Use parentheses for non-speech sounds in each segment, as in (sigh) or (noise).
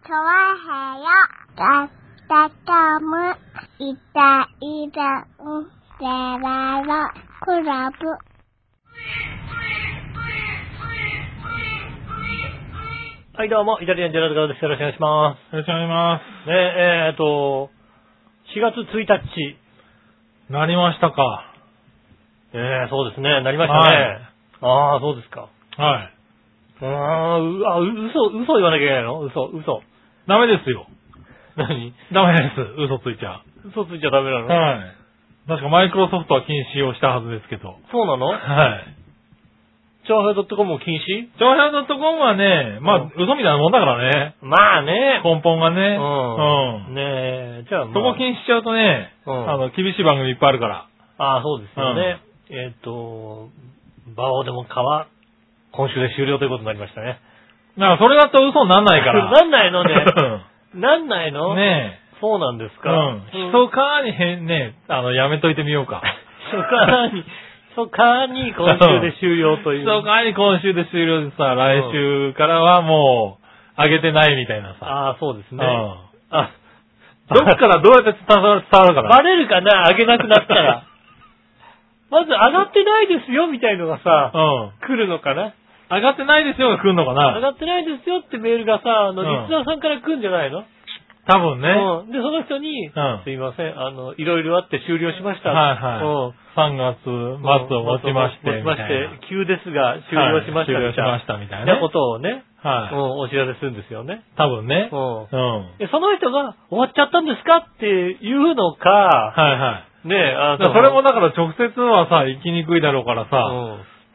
좋아해요따뜻함을이따이따운데라로클럽 はい、どうも、イタリアンジェラルドです。よろしくお願いしま。よろしくお願いしますねえ、えーっと、4月1日。す。なりましたか。ええそうですね、なりましたね。ああ、そうですか。はい。うーん、うあ、う嘘、嘘言わなきゃいけないの嘘、嘘。ダメですよ。何ダメです。嘘ついちゃ。嘘ついちゃダメなの、はい。確かマイクロソフトは禁止をしたはずですけど。そうなのはい。チョアヘドットコム禁止長編のとこはね、まうあん、嘘みたいなもんだからね。まあね。根本がね。うん。うん。ねえ、じゃあ、そまあ、こ禁止しちゃうとね、うんあの、厳しい番組いっぱいあるから。ああ、そうですよね。えーっと、バオでもかは、今週で終了ということになりましたね。だからそれだと嘘になんないから。 (laughs) なんないのね。なんないの (laughs) ねそうなんですえ。うか。ん。ひそかに変、ねあの、やめといてみ (laughs) ようか。そかに、そかに今週で終了という。そうかに今週で終了でさ、来週からはもう、上げてないみたいなさ。ああ、そうですうん。ね。あ、どっからどうやって伝わる伝わるかバら。レるかな上げなくなったら。 (laughs) まず上がってないですよ、みたいのがさ、うん。来るのかな上がってないですよが来るのか上ながってないですよってメールがさ、あの、うリんスナーさんから来るんじゃないの、多分ね。うん。で、その人に、んすいません、あの、いろいろあって終了しました。はいはい。3月うん。末をもちまして。もちましみたいなて、急ですが、終了しましたはい終了みしたいな。たみたいななこね。とをね、うんはお知らせするんですよね。い。多分ねう。ん。うん。でその人が終わっちゃったんですかっていうのか、はいはい。ねえ、あだからそれもな、だから直接はさ、行きにくいだろうからさ、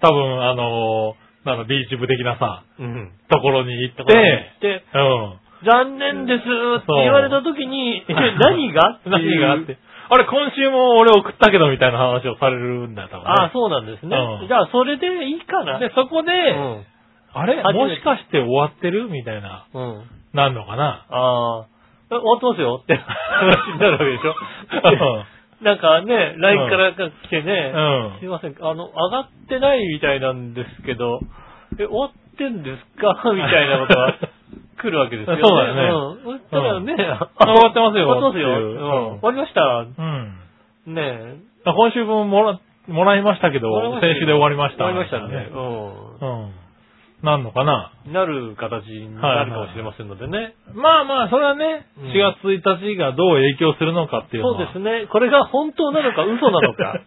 多分あのー、なんかビーチ部的なさ、うん。うん。ところに行って、で、うん。残念ですって言われた時に、え何が (laughs) っていう何があって。。あれ、今週も俺送ったけどみたいな話をされるんだよ、多分ね、ああ、そうなんですね。うんじゃあ、それでいいかな。で、そこで、うん。あれ初めもてしかして終わってるみたいな、うん。なんのか (laughs) なああ、え終わってますよって話になるわけでしょ。なんかね、LINE からが来てうね、ん。すいません、あの、上がってないみたいなんですけど、え、終わってんですかみたいなことが来るわけですよね。そうだよね。うん。そしたらね、あ終わってます終よわってますよ。っていうううんん。終わりました。 (laughs) うん。ねあ今週分もら、もらいましたけどもらいまし、たけど先週で終わりました。終わりましたね。うん。なんのかなうん。なる形になるかもしれませんのでね。まあまあ、それはね、うん4月1日がどう影響するのかっていうのそは。うですね。これが本当なのか嘘なのか。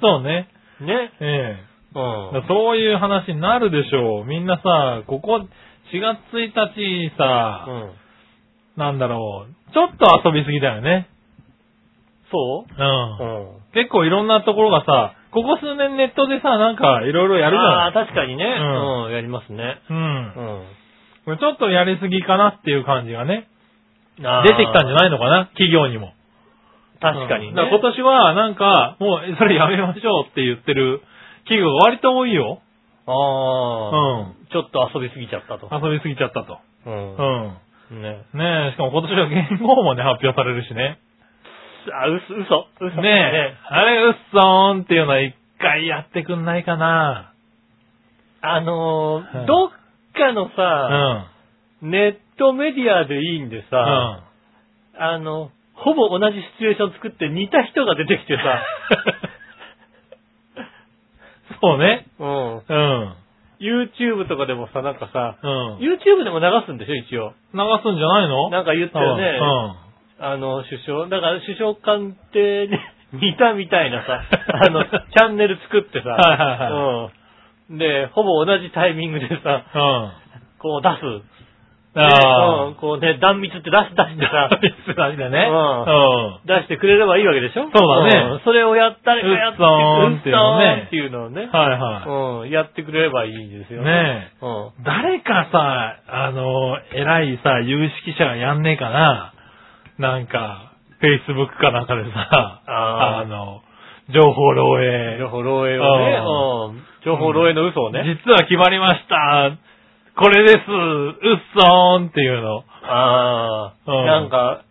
そう (laughs) ね。ね。ええうだかん。らそういう話になるでしょう。みんなさ、ここ、4月1日さ、うん。なんだろう、ちょっと遊びすぎだよね。そううん。うん。結構いろんなところがさ、ここ数年ネットでさ、なんかいろいろやるじああー、ゃない確かにね。んうん、やりますね。うんう。ん。これちょっとやりすぎかなっていう感じがね、あー出てきたんじゃないのかな、企業にも。確かにうんねだ。ら今年はなんか、もうそれやめましょうって言ってる企業が割と多いよ。うああ、ん。ちょっと遊びすぎちゃったと。遊びすぎちゃったと。う。うんん。ねねえ、しかも今年は言語もね、発表されるしね。あ、うす、嘘嘘。ねえ、あれ、うっそーんっていうのは一回やってくんないかな。あのーはいどっかのうさ、ん。ネットメディアでいいんでうさ、ん。あの、ほぼ同じシチュエーション作って似た人が出てきてさ、 (laughs) そうね。うん。うん。 YouTube とかでもさ、なんかさ、うん。流 YouTube でも流すんでしょ、一応。すんじゃないのなんか言ったよね。うあの、首相、だから首相官邸に似たみたいな (laughs) さ、あの、チャンネル作ってさ、はいはいはうん。で、ほぼ同じタイミングでさ、ん。うん。こう出す。ねああ。うん、こうね、断蜜って出す、出して (laughs) さ、密だね。ううん。出してくれればいいわけでしょそうだねんそれをやったりかやってうっそーんっていうのねうっそーんっていうのをね、はいはうん、やってくれればいいんですい。よねえ。うん。誰かさ、あの、偉いさ、有識者がやんねえかな。なんか、Facebook かなんかでさ、あーの、情報漏情洩。報漏洩をね、うん、情報漏洩の嘘をね、実は決まりました。これです。うっそーんっていうの。ああ、うんなんか、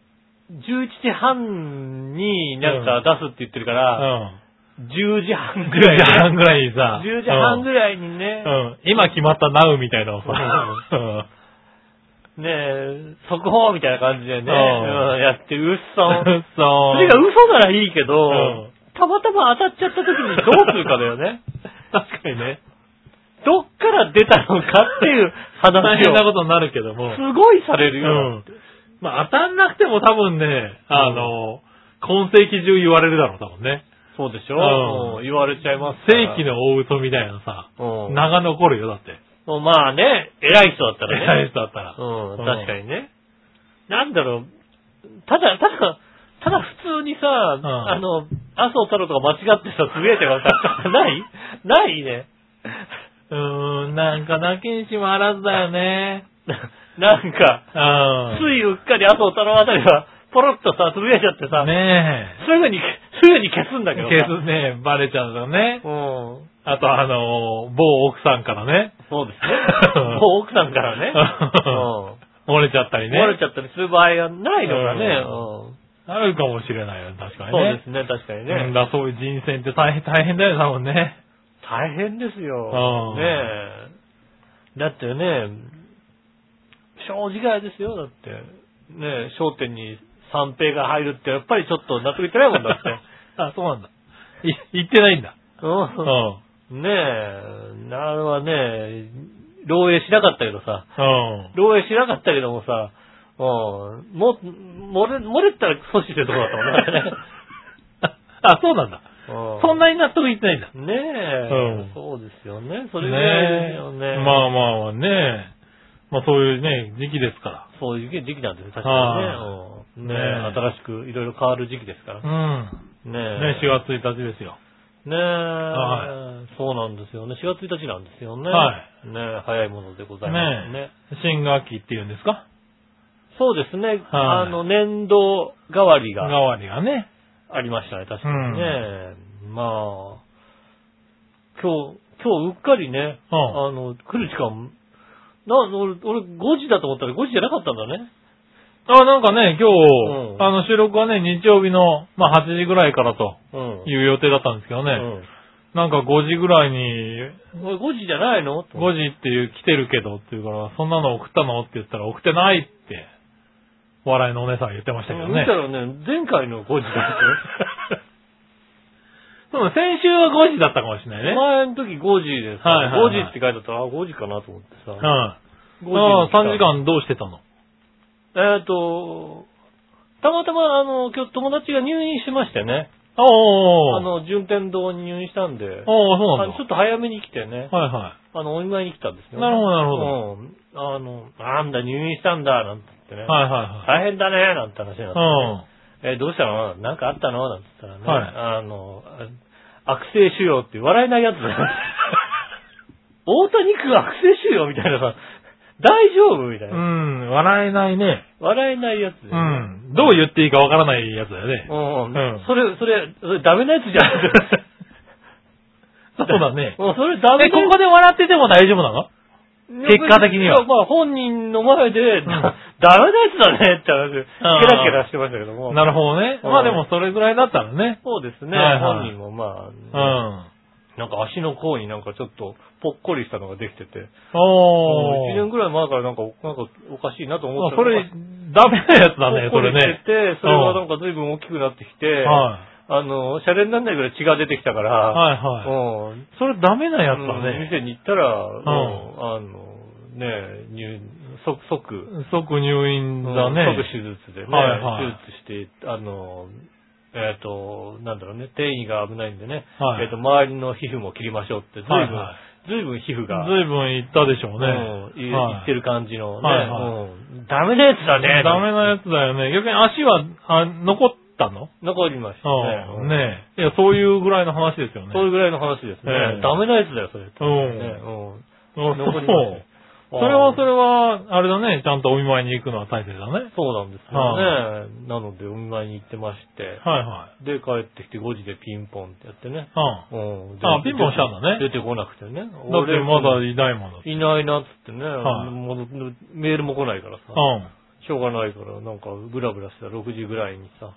11時半になんか出すって言ってるから、う10時半ん。ぐら10い。時半ぐらいにさ。 10時半ぐらいにうねん、うん。今決まったなうみたいなのをさ。うんねえ、速報みたいな感じでね、うんうんやって、うっそん。そ (laughs) それが嘘ならいいけど、うんたまたま当たっちゃった時にどうするかだよね。 (laughs) 確かにね。どっから出たのかっていう大話変を、なことになるけども。すごいされうるよ。ん。まあ当たんなくても多分ね、あの、今世紀中言われるだろう、多分ね。そうでしょ、うんうん言われちゃいますから。世紀の大嘘みたいなさ、うん長残るよ、だって。もうまあね、偉い人だったらね。偉い人だったら。うん、うん確かにね。なんだろう、ただ、ただ、ただ普通にさ、あの、麻生太郎とか間違ってさ、つぶやいてるかないない (laughs) ね。 (laughs) うーん、なんかなきにしもあらずだよね。なんか、うん。ついうっかり麻生太郎あたりは、ポロッとさ、つぶやいちゃってさ、ねすぐに、すぐに消すんだえ。けどケさ。ースね、バレちゃうんだよね。うん。あと、あの、某奥さんからね。そう (laughs) ですね。もう奥さんからね。うん。漏れちゃったりね。漏れちゃったりする場合はないのがね。うんうんあるかもしれないよね、確かにそうねで。すね、確かにね。うんだ、そういう人選って大変、大変だよ、多分ね。大変ですよう。ねんえ。だってね、正直あれですよ、だって。ねえ、商店に三平が入るってやっぱりちょっと納得いってないもんだ (laughs) って。あ、そうなんだ。い、言ってないんだ。うう。ん。うんねえ、あれはね、漏洩しなかったけどさ、ん。漏洩しなかったけどもさ、うん、も、漏れ、漏れたら阻止してるとこだったもんね。あ、そうなんだ。う (laughs) そんなに納得いってないんだ。ねえ、うんそうですよね。それぐらいですよね。えまあまあまあね。まあそういうね、時期ですかそういう時期なんですよ、確かにね。うんねえねえ新しくいろいろ変わる時期ですから。ねら。え。うん。ね、4月1日ですよ。ねえ、はそうなんですよね。4月1日なんですよね。はねえ、早いものでございますね。ね新学期っていうんですかそうですね、はいあの、年度代わり代がわりがね。ありましたね、確かにね。まあ、今日、今日うっかりね、うんあの、来る時間、な、俺、俺5時だと思ったら5時じゃなかったんだね。あ、なんかね、今うん日、あの収録はね、日曜日の、まあ8時ぐらいからとうん。いう予定だったんですけどね。うんなんか5時ぐらいに、俺5時じゃないのと思って5時っていう来てるけどって言うから、そんなの送ったのって言ったら送ってないって、笑いのお姉さんが言ってましたけど見ねた。らね、前回の5時だっそうだ先週は5時だったかもしれないたよ。 (laughs) ね。前の時5時でさ、はいはいはい5時って書いてあったら、あ、5時かなと思ってさ。うん。あ5あ、に来た3時。間どうしてたのえっ、と、たまたま、あの、今日友達が入院しましてね。ああ、あの、順天堂に入院したんで、ああ、そうなあんのだちょっと早めに来てね、はいはあの、お見舞いに来たんですよ、なるほどなるほど。うん。あの、なんだ、入院したんだ、なんて言ってね。い。はいはい大変だね、なんて話になって。はい。え、どうしたのなんかあったのなんて言ったらね、あの、あ悪性腫瘍って笑えないや (laughs) つだよ。大谷区悪性腫瘍みたいなさ、大丈夫みたいうな。ん。うん、笑えないね。笑えないやつだうよね。ん。どう言っていいかわからないやつだよね。うん。うんそれ、それ、それダメなや (laughs) つじゃん。そうだね。 (laughs) うんそれダメえ、ここで笑ってても大丈夫なの結果的にはいやまあ本人の前で、んだダメなやつだねって話、ケあーラケラしてましたけども。なるほどね。うんまあでもそれぐらいだったらね。そうですね。はいはい本人もまうあ、ん。なんか足の甲になんかちょっとぽっこりしたのができてて。お1ー年。ぐらい前からなんか、なんかおかしいなと思っあてたそれ、ダメなやつだね、そこれれねて。て、それがなんか随分大きくなってきて、はい。あの、シャレにならないぐらい血が出てきたから、はいはい。うん。それダメなやつうんだね。店に行ったら、もうあの、ね、入即、即、即入院だね。うん即手術でね、はいはい手術して、あの、えっ、と、なんだろうね、転移が危ないんでね、はいえっ、と、周りの皮膚も切りましょうって、随分、はいは随分皮膚が、ずいぶん行ったでしょうね。うん、いはいいってる感じのね、はいはうんダメなやつだね。ダメなやつだよね。逆に足は、あ、残ったの残りましたね。うう。んんねえ。いや、そういうぐらいの話ですよね。そういうぐらいの話ですえねえ。ダメなやつだよ、それ。ねうん。うんそう残りました (laughs) それはそあーれは、あれだね、ちゃんとお見舞いに行くのは大切だね。そうなんですよね。なので、お見舞いに行ってまして、はいはで、帰ってきて5時でピンポンってやってね。い。うんあピンポンしたんだね出てこなくてね。うん。だってまだいないものだって。いないなっつってね、はいもうメールも来ないからさ、うん。しょうがないから、なんか、ブラブラした6時ぐらいにさ、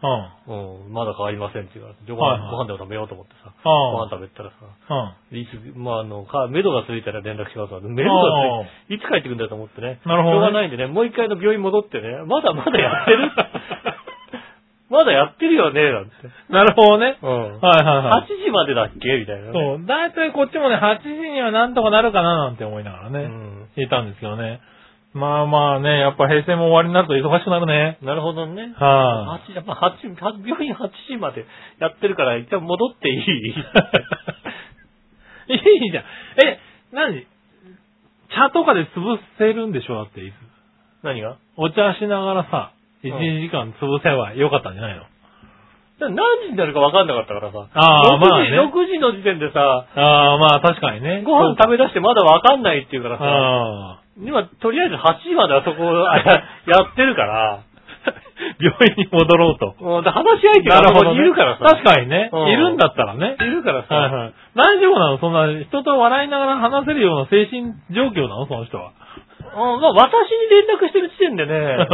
うん。うん。うん、まだ変わりませんって言うから、じゃあごはい飯はいご飯でも食べようと思ってさ、ご飯あ食べたらさ、あ。いつ、まあ、あの、か、目処がついたら連絡しますわ。目処あがあついいつ帰ってくんだよと思ってね。なるほしどねょうがないんでね、もう一回の病院戻ってね、まだまだやってる (laughs) まだやってるよね、なんて。うん。なるほどね。うん。はいはいは8い。時までだっけみたいなね。そう。だいたいこっちもね、8時にはなんとかなるかななんて思いながらうね、ん。いたんですけどね。まあまあね、やっぱ平成も終わりになると忙しくなるね。なるほどね。は8い。時、やっぱ8時、病院8時までやってるから、一旦戻っていい (laughs) いいじゃん。え、何茶とかで潰せるんでしょだって、いつ何がお茶しながらさ、1うん時間潰せばよかったんじゃないのだから何時になるか分かんなかったからさ。ああ6時まあね6時の時点でさ、ああ、まあ確かにね。ご飯食べ出してまだ分かんないっていうからさ、ああ。今、とりあえず8時まであそこを (laughs) あやってるから、病院に戻ろうと。もうだ話し相手があそこにいるからさ、確かにね。うんいるんだったらね。いるからはいさ、はい。大丈夫なのそんな、人と笑いながら話せるような精神状況なのその人は。うんまあ私に連絡してる時点で (laughs) ね、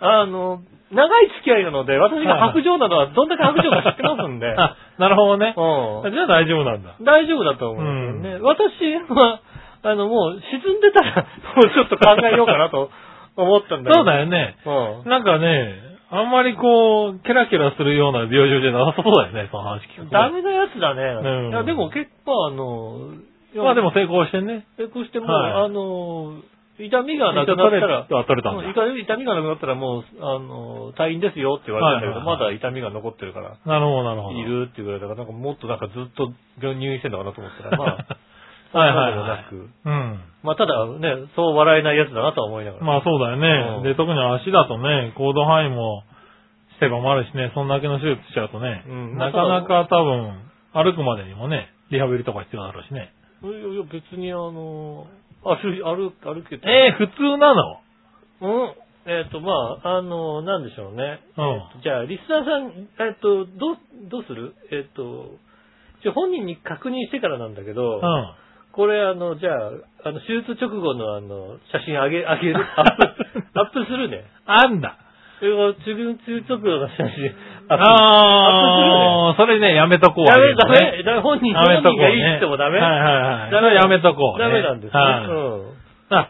あの、長い付き合いなので、私が白状なのはどんだけ白状か知ってますんで、 (laughs) あ、なるほどね。うじゃあ大丈夫なんだ。ん、大丈夫だと思うんだよね。私は、あの、もう沈んでたら、 (laughs) もうちょっと考えようかなと思ったんだけど。そうだよね。うん。なんかね、あんまりこう、ケラケラするような病状じゃなさそうだよね、その話聞くと。ダメなやつだね。うんいや、でも結構あの、まあでも、成功してね。成功しても、はいあの、痛みがなくなったら、取れたうんんだ。痛み痛みがなくなったらもう、あの、退院ですよって言われてんだけど、はいはいはまだ痛みが残ってるから、なるほど、なるほど。いるっていうぐらいだから、なんかもっとなんかずっと病院入院してんのかなと思 (laughs) ったら、まあ、はいはいはいそうでもなく、うん。まあただね、そう笑えないやつだなとは思いながら。まあそうだよね。うんで、特に足だとね、行動範囲も狭まるしね、そんだけの手術しちゃうとね、うんなかなか多分、歩くまでにもね、リハビリとか必要だろうしね。いやいや、別にあの、あ、歩、歩歩けて。えー、普通なのうん。えっ、と、まあ、あの、なんでしょうね。うん。じゃあ、リスナーさん、えっ、と、どう、どうするえっ、と、一応本人に確認してからなんだけど、うん。これ、あの、じゃあ、あの、手術直後の、あの、写真あげ、あげる、アップ、ア (laughs) ップするね。あんだ。それは、手術手術直後の写真、あ、ああー、それね、やめとこう。ダあれメ、ねダメ、ダメ、本人、やめ本と人こう、がいいね。って言ってもダメ、はいはいはい。ダメダメ、やめとこう、ね。ダメなんですね。。はいうあ、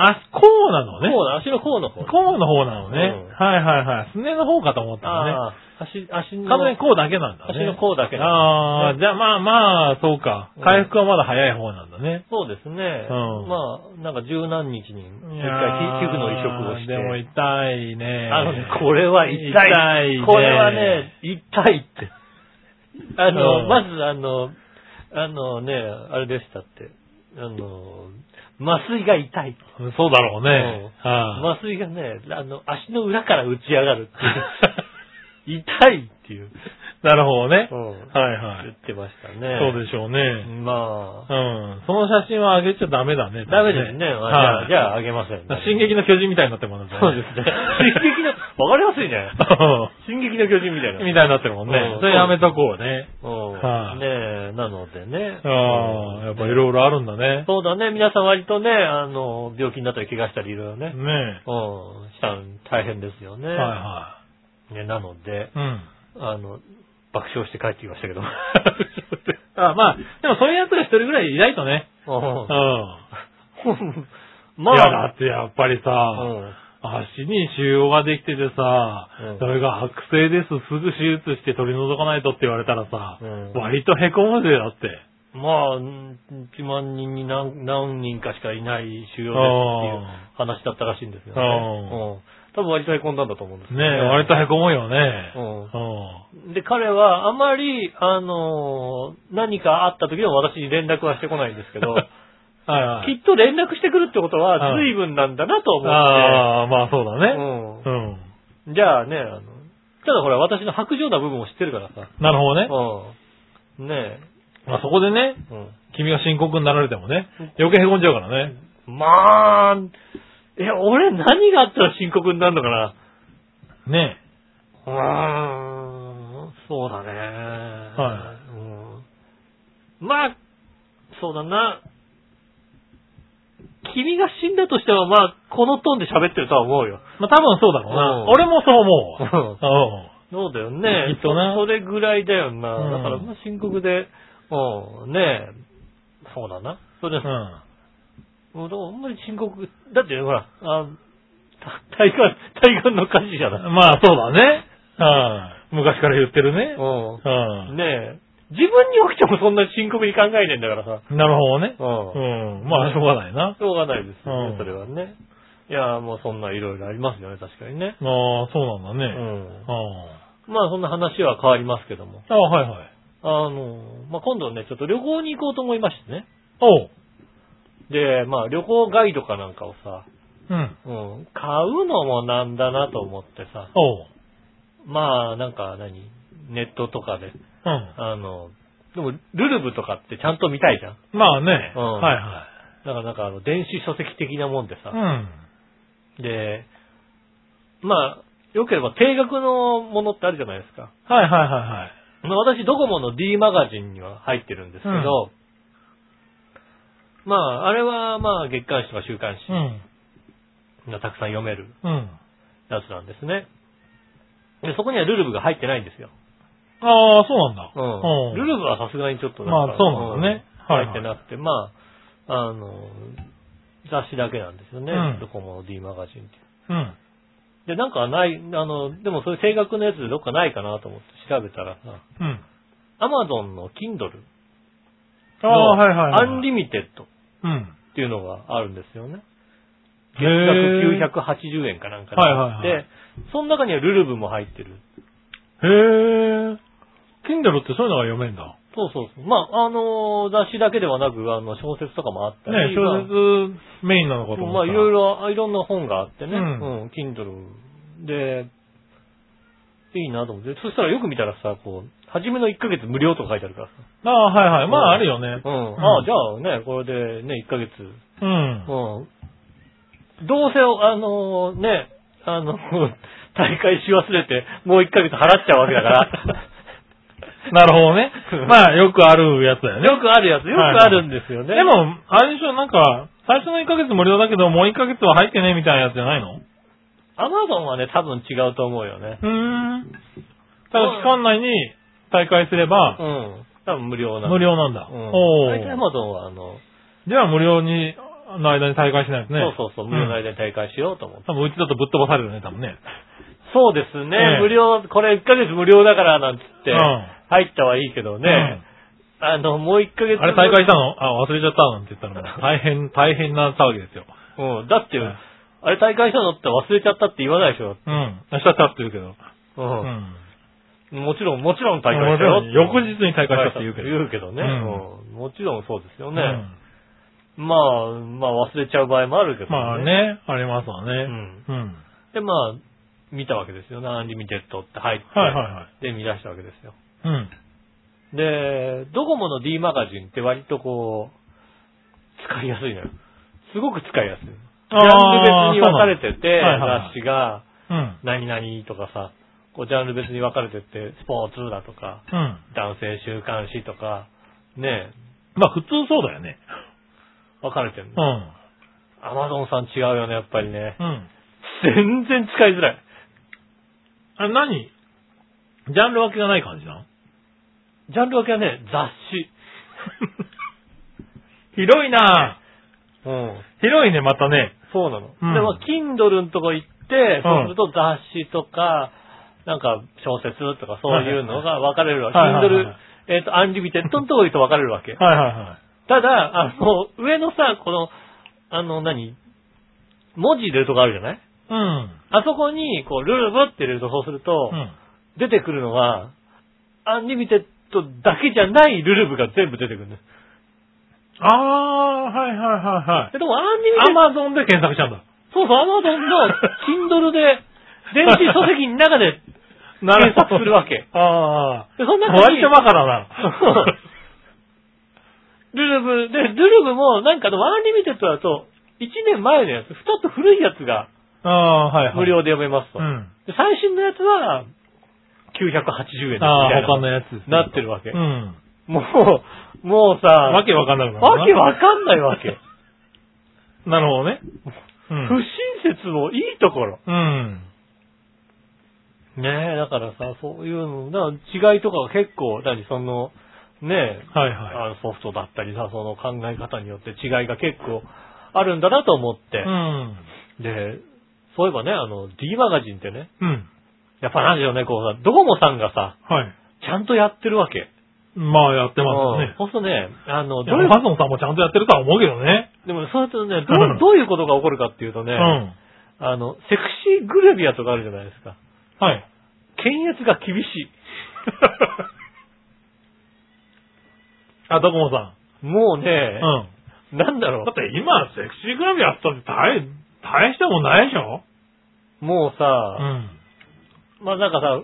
あ、こうなのん。ね。こうな、足の甲の方。こうの方なのね。うんはいはいはい。すねの方かと思ったのね。ああ、足、足の、完全にこうだけなんだね。足の甲だけなんだああ、じゃあまあまあ、そうかうん。回復はまだ早い方なんだね。そうですね。んまあ、なんか十何日に、一回いやー皮膚の移植をして。でも痛いね。あのね、これは痛い。痛いねこれはね、痛いって。あの、うんまずあの、あのね、あれでしたって。あの、麻酔が痛い。そうだろうね。はい麻酔がね、あの、足の裏から打ち上がるって (laughs) いう。痛いっていう。なるほどねう。んはいは言い。ってましたね。そうでしょうすね。まうあ、ん。その写真はあげちゃダメだね。ダメですね。あはじゃあ、い。じゃああげません。進撃の巨人みたいになってもらうそうですね。進撃の、わかりやすい (laughs) ね。進撃の巨人みたいな。みたいになってるもんうねん。それやめとこうね。はうん。いねえ、なのでね。ああ、やっぱいいろ。ろいろあるんだね。そうだね。皆さん割とね、あの、病気になったり怪我したりいろいろね。うん。ねしたん大変ですよね。え。はいはね、なので、い。うん。あの、爆笑して帰ってきましたけど。あまあ、でもそういう奴が一人ぐらいいないとね。うんうん。まいや、だあ、ってやっぱりさ、うん足に腫瘍ができててさ、うんそれが悪性です、すぐ手術して取り除かないとって言われたらさ、うん割と凹むぜ、だって。まあ、うん1万人に何何人かしかいない収容ですっていう話だったらしいんですよね。ううん多分割とへこんだんだと思うんですよねえ、割と凹むよね。うんうんで、彼はあまり、あのー何かあった時は私に連絡はしてこないんですけど、 (laughs) はいはい。きっと連絡してくるってことはうん随分なんだなと思ああ、まあそうだね。っうて、ん。うんじゃあね、あの、ただほら私の白状な部分を知ってるからさ、なるほどね。うん。ねまあそこでね、え、うん。君が深刻になられてもね、余計凹んじゃうからね。まあ、え、俺何があったら深刻になるのかなねうーん、そうだね。はうんまあ、そうだな。君が死んだとしては、まあ、このトーンで喋ってるとは思う (laughs) よ。まあ、多分そうだろううな。ん俺もそう思うわ。うんうん。そうだよね。きっとなそそれぐらいだよな。うんだから、まあ、深刻で、うん、ねえ、そうだな。それで、うん。うん、でもあんまり深刻、だって、ほら、あた対岸、対岸の歌詞じゃない。まあ、そうだね。うん。昔から言ってるね。う。うんねえ、自分に起きてもそんな深刻に考えてんだからさ。ん。なるほどね。うん。うん。まあ、しょうがないな。しょうがないですよね、うんそれはね。いや、もうそんないろいろありますよね、確かにね。ああ、そうなんだうね。ん。あまあそんな話は変わりますけども。あ。ああ、はいはい。あの、まあ今度ね、ちょっと旅行に行こうと思いましてね。おう。で、まあ旅行ガイドかなんかをさ、うん。うん、買うのもなんだなと思ってさ、おう。まあなんか何、ネットとかで、うん。あの、でもルルブとかってちゃんと見たいじゃん。まあね。うんはいはだからなんかあの電子書籍的なもんでい。さう、ん。で、まあ、よければ定額のものってあるじゃないですか。はいはいはいはい。まあ私、ドコモの D マガジンには入ってるんですけど、まあ、あれは、まあ、月刊誌とか週刊誌うん。がたくさん読めるうん。やつなんですね。で、そこにはルルブが入ってないんですよ。ああ、そうなんだ。うん。ルルブはさすがにちょっとなんかまあそうなんだねうんはい入ってなくて、まあ、あの、雑誌だけなんですよね。うんドコモの D マガジンって。うん。で、なんかない、あの、でもそういう定額のやつでどっかないかなと思って調べたらさ、うん。アマゾンの Kindle ああ、はいはいはのい。アンリミテッドうん。っていうのがあるんですよね。へ月え。額980円かなんかで、はいはいはいで、その中にはルルブも入ってる。へえ。Kindle ってそういうのが読めんだ。そうそうそう。まあ、あのー雑誌だけではなく、あの、小説とかもあったねり、まあ小説メインなのかと思った。まあ、いろいろ。ろ、あいろんな本があってね、ううんん、Kindle で、いいなと思って。そしたらよく見たらさ、こう、初めの1ヶ月無料とか書いてあるからさ。ああ、はいはい。うんまあ、あるよね。うん。うんああ、じゃあね、これでね、1ヶ月。うん。うん。どうせ、あのー (laughs) ね、あの、大会し忘れて、もう1ヶ月払っちゃうわけだから。なるほ (laughs) どねう。んまあ、よくあるやつ (laughs) だよね。よくあるやつ、よくあるんですよね。で、も、あれでしょ、なんか、最初の1ヶ月無料だけど、もう1ヶ月は入ってねみたいなやつじゃないのうアマゾンはね、多分違うと思うよね。ーん。ただ、期間内に大会すればう、ん。多分無料なの無。料なんだ。うん。お大体アー。マゾンは、あの、じゃあ、無料に、の間に大会しないとね。そうそうそう、無料の間に大会しようと思って。多分、うちだとぶっ飛ばされるね、多分ね。そうですね、ええ無料、これ1ヶ月無料だからなんつって、うん入ったはいいけどね、あの、もう1ヶ月あれ、大会したのあ、忘れちゃったなんて言ったらもう、大変、大変な騒ぎですよ。うん、だって、うんあれ大会したのって忘れちゃったって言わないでしょ。うん。明日経ってるけど。う。うんん。もちろん、もちろん大会したよって。翌日に大会したって言うけど。言うけどね、うんうんもちろんそうですようね。んまあ、まあ忘れちゃう場合もあるけどまあね、ありますわうね。ん。うん。で、まあ、見たわけですよね。アンリミテッドって入って、はいはいはい。で、見出したわけですよ。うん。で、ドコモの D マガジンって割とこう、使いやすいのよ。すごく使いやすい。ジャンル別に分かれてて、そうなんだはいはいはい雑誌がうん。何々とかさ、こうジャンル別に分かれてて、スポーツだとか、うん。男性週刊誌とか、ねえ、まあ普通そうだよね。分かれてるうの。ん。アマゾンさん違うよね、やっぱりね。うん。全然使いづらい。あれ何ジャンル分けがない感じな (laughs) のジャンル分けはね、雑誌。広いなうん。広いね、またね。そうなの。うんで、まあ、Kindle のとこ行って、うんそうすると雑誌とか、なんか小説とかそういうのが分かれるわけ。はいはいはい Kindle、えっ、と、アンリミテッドのとこ行くと分かれるわけ。 (laughs) はいはいはただ、あの、上のさ、この、あの何、文字入れるとこあるじゃないい。うん。あそこに、こう、ルルブって入れると、そうするとう、ん。出てくるのは、アンリミテッドだけじゃないルルブが全部出てくるんです。ああ、はいはいはいはい。ででも、アンリミテッアドマゾンで検索したんだ。そうそう、アマゾン (laughs) の Kindle で、電子書籍の中で、検索するわけ。ああ。でそんな割とバカだな。ルルブ、で、ルルブもなんかでもアンリミテッドだと、1年前のやつ、ちょっと古いやつがああ、はいはい。無料で読めますと。うん。で最新のやつは、980円ですみたいああ、な他のやつですね。なってるわけ。うん。もう、もうさ、わけわかんなくなるなわけわかんないわけ。なるほどね。不うん。親切もいいところ。うん。ねえ、だからさ、そういうの、だから違いとかが結構、何、その、ねえ、はいはあのソフトだったりさ、その考え方によって違いが結構あるんだなと思っい。てう。ん。で、そういえばね、あの、D マガジンってね、うん。やっぱなんでしょうね、こうさ、ドコモさんがさ、はい。ちゃんとやってるわけ。まあ、やってますうんね。そうするとね、あの、いどやういうマソンさんもちゃんとやってるとは思うけどね。でもそうやってね、うどんう、どういうことが起こるかっていうとね、うん。あの、セクシーグルビアとかあるじゃないですか。 (laughs) はい。検閲が厳しい。あ、ドコモさ (laughs) もうね、ん。うん。なんだろだって今、セクシーグラビやったって大、大したもんないでしょう、もううさ、ん。まあなんかさ、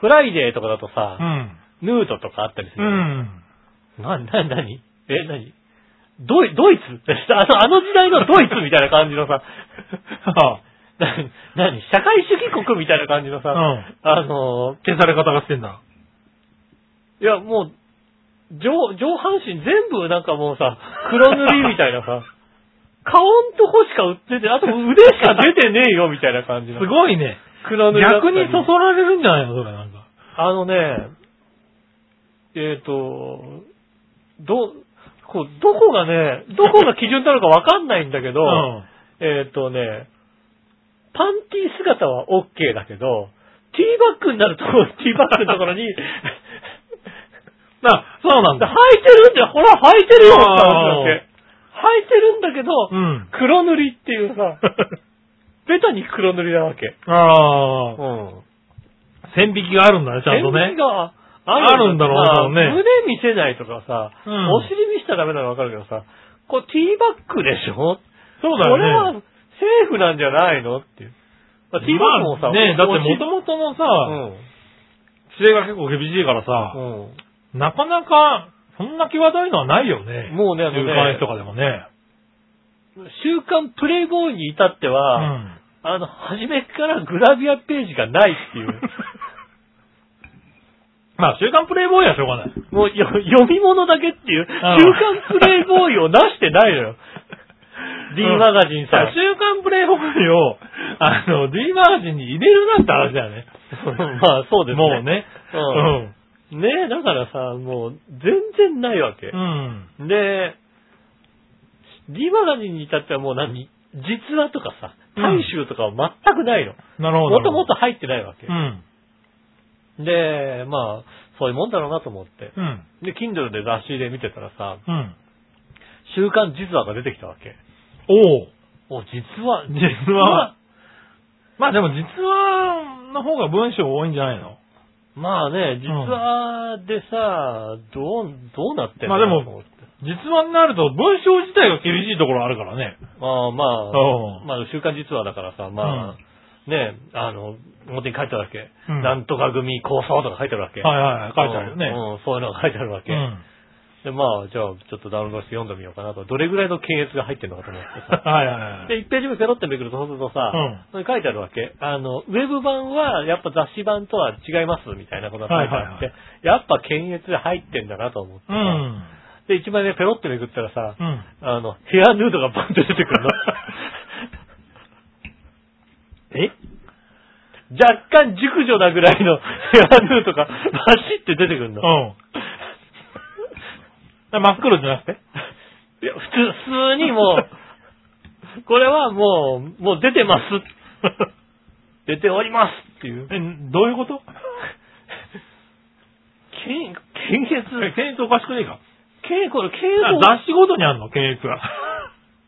フライデーとかだとうさ、ん。ヌートとかあったりすうるよね。ん。な、な、なにえ、なにドイ、ドイツ (laughs) あの、あの時代のドイツみたいな感じの (laughs) さ、 (laughs) はな、なに社会主義国みたいな感じのさ、うんあの消され方がしてんだ。ー、いや、もう、上、上半身全部なんかもうさ、黒塗りみたいな (laughs) さ、顔んとこしか売ってて、あと腕しか出てねえよみたいな感じすの。い。ごいね。黒塗りだった逆り。にそそられるんじゃないのそれなんか。あのね、えっ、と、ど、こう、どこがね、どこが基準なのかわかんないんだけど、うん。えっ、とね、パンティ姿は OK だけど、ティーバッグになると、ティーバッグのところに、あ、そう履なん (laughs) いだ。てるんだよほら履いてるよって話だあーけ。履いてるんだけど、 (laughs) うん。黒塗りっていうさ、ベタに黒塗りなわけ。ああ、ん。線引きがあるんだね、ちゃんとね。があるんだろうなまあ多分ね胸見せないとかさ、うんお尻見せたらダメなのわかるけどさ、これティーバッグでしょそうこれだはよセね。ーフなんじゃないのっていう。まあティーバッグもまさ、あねだってもとももとのさ、規制が結構厳しいからさ、なかなか、そんな際どいのはないよね。もうね、あ週刊誌とのね、かでもね。週刊プレイボーイに至ってうは、ん。あの、初めからグラビアページがないっていう。まあ、週刊プレイボーイはしょうがない。もうよ読み物だけっていう、週ん刊プレイボーイを出してない (laughs) のよ。D マガジンささ、。週刊プレイボーイを、あの、D マガジンに入れるなんて話だよね。 (laughs) まあ、そうですね。もうね。うんねえ、だからさ、もう、全然ないわけう。ん。で、D マガジンに至ってはもう何実話とかさ、うん大衆とかは全くないの。なるほど。もともと。入ってないわけう。ん。で、まあ、そういうもんだろうなと思って。うん。で、Kindle で雑誌で見てたらさ、うん。週刊実話が出てきたわけ。おう。お、実話実話。まあでも実話の方が文章多いんじゃないのまあね、実話でさ、どう、どうなってんのまあでもと思って実話になると文章自体が厳しいところあるからね。ああ、まあ、うまあ、週刊実話だからさ、まあ、ね、あの、表に書いてあるわけ。うんなんとか組構想とか書いてあるわけ。ん。はいはいはい、書いてあるようね。ん、うんそういうのが書いてあるわけ。うん。で、まあ、じゃあ、ちょっとダウンロードして読んでみようかなと。どれぐらいの検閲が入ってるのかと思って (laughs) さ。はいはいはい。で、1ページ目ペロってめくると、そうするとさ、うんそれ書いてあるわけ。あの、ウェブ版は、やっぱ雑誌版とは違います、みたいなことが書いてあって、はいはいはやっぱ検閲が入ってんだなと思ってさ。うん。で、1枚目ペロってめくったらさ、うん。あの、ヘアヌードがバンって出てくる (laughs) の。え若干熟女なぐらいの (laughs) ヘアヌードがバシって出てくるの。うん。真っ黒じゃなくていや、普通、普通にも (laughs) う、これはもう、もう出てます。出ておりますっていう。 (laughs) え、どういうこと検、検閲え、検閲おかしくねえか検、これ検雑誌ごとにあるの、検閲が。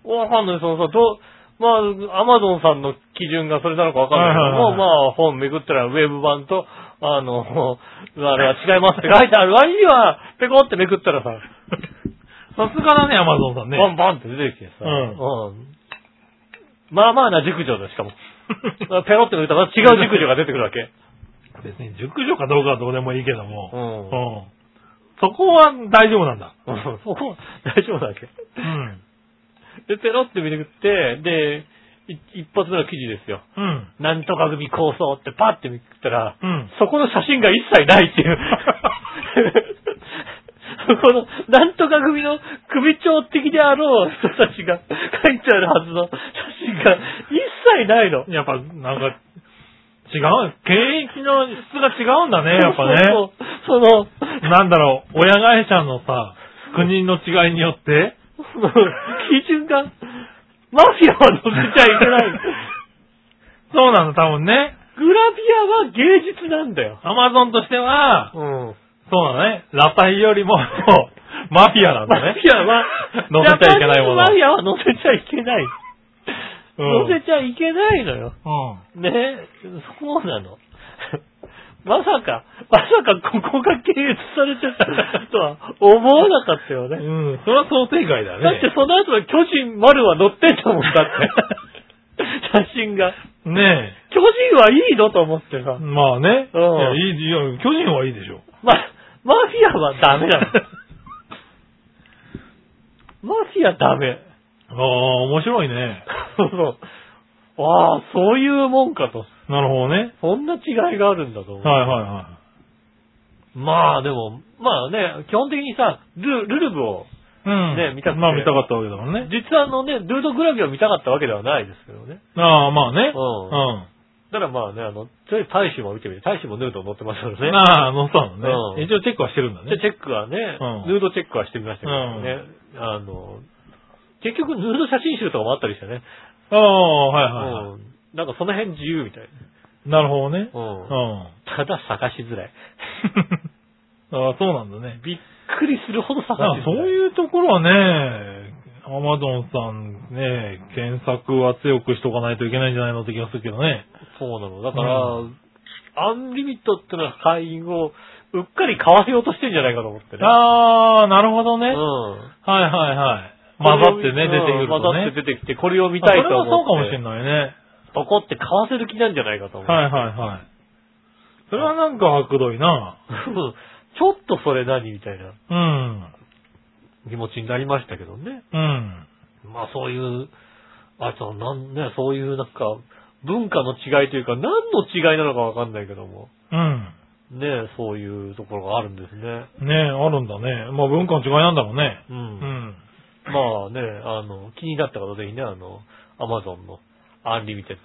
閲わかんない、そのさ、どう、まあ、アマゾンさんの基準がそれなのかわかんないけどはいはいはいも、まあ、本めくったらウェブ版と、あの、あれは違いますって書いてある割には、ペコってめくったらさ、さすがだね、アマゾンさんね。バンバンって出てきてさ、うんうんまあまあな熟女だ、しかも。 (laughs) ペロってめくったらまた違う熟女が出てくるわけ。別に熟女かどうかはどうでもいいけども。うんうん。そこは大丈夫なんだ。うん (laughs) そこ、大丈夫だっけうん。で、ペロって見てくって、で、い一発目の記事ですよ。うん。なんとか組構想ってパッて見くったら、うん。 (laughs) そこの写真が一切ないっていう。この、なんとか組の組長的であろう人たちが書いてあるはずの写真が一切ないの。やっぱ、なんか、違う、現役の質が違うんだね、やっぱね。そうそうそうその、なんだろう、親会社のさ、国の違いによって、その基準が、マフィアは載せちゃいけ (laughs) ない。そうなの、多分ね。グラビアは芸術なんだよ。アマゾンとしては、うん。そうだね、裸体よりも、 (laughs) そうマフィアなんだマね。フィアは、載せちゃいけないジャパニーズものマフィアは載せちゃいけない。うん載せちゃいけないのよ。うん。ねそうなの。まさか、まさかここが検閲されてたとは思わなかったよね。うん、それは想定外だね。だってその後は巨人丸は乗ってんだもんだ (laughs) って。写真が。ね巨人はいいのと思ってさえ。。まあね。うんいやいい、いや、巨人はいいでしょ。ま、マフィアはダメ (laughs) なの。マフィアダメ。ああ、面白いね。そうそう。ああ、そういうもんかと。なるほどね。そんな違いがあるんだと思う。はいはいはまあでも、まあね、基本的にさ、ルルルブを、い。うん。ね見たくてまあ見たかったわけだもんね。実はあのね、ルートグラビアを見たかったわけではないですけどね。ああ、まあね。うだからまあね、あの、とりあえず大使も見てみて、大使もヌードを乗ってますからうん。ね。ああ、乗ったのうんね。一応チェックはしてるんだでね。チェックはね、うんヌードチェックはしてみましたけどね、あの、結局ヌード写真集とかもあったりしてね、ああ、はいはいはうんなんかその辺自由みたいい。なるほどね。な。うんうん。 (laughs) ただ探しづらい。ああ、そうなんだね。びっくりするほど探しづらあい。そういうところはね、アマゾンさんね、検索は強くしとかないといけないんじゃないのって気がするけどね。そうなの。だから、うアンリミットってのは会員をうっかり買わせようとしてんじゃないかと思ってね。ああ、なるほどね。うはいん。はいはい。混ざってね、出てくるうんと混ざっねて。出てきて、これを見たいあそとれ思っはて。そうかもしれないね。パコって買わせる気なんじゃないかと思う。はいはいはい。それはなんか悪どいな。 (laughs) うんちょっとそれ何みたいなうん。気持ちになりましたけどね。うん。まあそういう、あとなんね、そういうなんか、文化の違いというか、何の違いなのかわかんないけども。うん。ねそういうところがあるんですね。ねえ、あるんだね。まあ文化の違いなんだろうね。う。うんん。まあね、あの、気になった方ぜひね、あの、アマゾンのアンリミテッ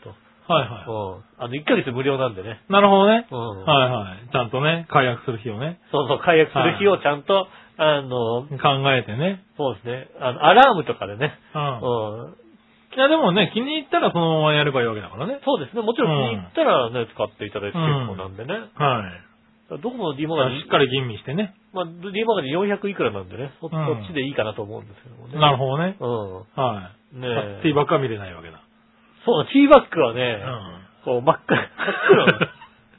はいはド。うん。あの、1ヶ月無料なんでね。い。なるほどね。うん。はいはい。ちゃんとね、解約する日をね、そうそう、解約する日をちゃんと、あの、考えてね。そうですね、あの、アラームとかでね。う。うんん。いやでもね、気に入ったらそのままやればいいわけだからね。そうですね、もちろん気に入ったらね、使っていただいて結構なんでね。はい。どこも D マガだからジンしっ、かり吟味してね。まあ、D マガジン400いくらなんでね、そ,、うんっちでいいかなと思うんですけどもね。なるほどね。ほはうん。ねい。え。テッィーク。バックは見れないわけだ。そう、ティーバックはね、うん。こう、真っ赤、真っ黒の。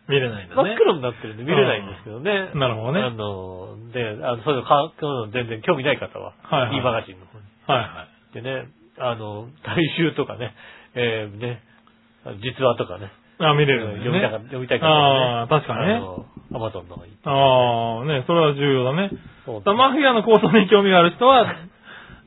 見れないんだ真ねっ。黒になってるんで見れないんですけどね。なるほどね。あの、で、あの、そういうのか、そういうの全然興味ない方は、はいはいいマガジンの方に。はいはい。でね、あの、大衆とかね、えー、ね、実話とかね、あ、見れるんだ読よみたねか。読みたい方あはあ、確かにあね。の、アマゾンの方がいい。ああ、ね、それは重要だね。そうだマフィアの構想に興味がある人は、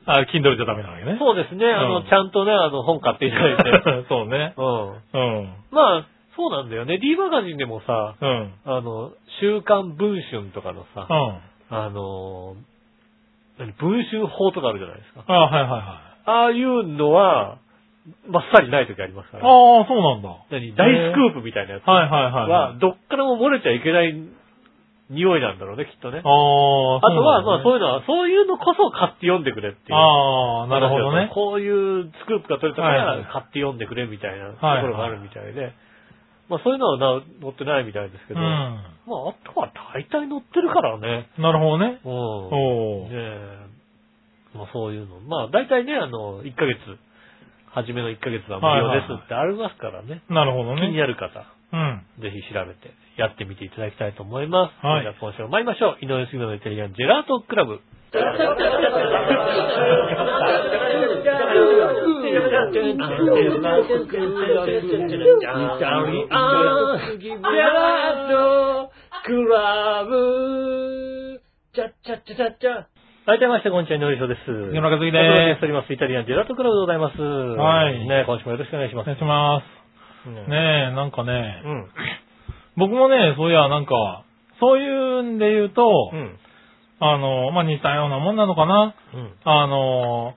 あ、Kindle じゃダメなわけね。そうですね、あうの、んちゃんとね、あの、本買っていただい (laughs) て。そうね。うん。うん。まあ、そうなんだよね。D マガジンでもさ、うん。あの、週刊文春とかのさう、ん。あの、何文春法とかあるじゃないですか。あはあいはいはい。あいうのは、まっさりない時ありますから。ああ、そうなんだ。は何大スクープみたいなやついはいはい。は、どっからも漏れちゃいけない匂いなんだろうね、きっとね。あああ、とは、まあそうういうのは、そういうのこそ買って読んでくれっていう。ああー、なるほどね。こういうスクープが取れたかはいらはい買って読んでくれみたいなところがあるみたいで。まあそういうのはな載ってないみたいですけうど。ん。まああとは大体載ってるからね。なるほどね。うん。おねー。え。まあそういうの。まあ大体ね、あの、1ヶ月、初めの1ヶ月は無料ですってありますからね。なるほど気にね。なる方、うん。ぜひ調べてやってみていただきたいと思います。はいじゃあ今週も参りましょう。井上杉村のイタリアンジェラートクラブ。改めまして、こんにちは、井上翔です。世の中好きでお届けーしております。イタリアンジェラートクラブでございます。はいね今週もよろしくお願いしす。まおす願い。しまねす。ねえ、なんかねう、ん。僕もね、そういや、なんか、そういうんで言うと、うん。あの、まあ、似たようなもんなのかな。うん。あの、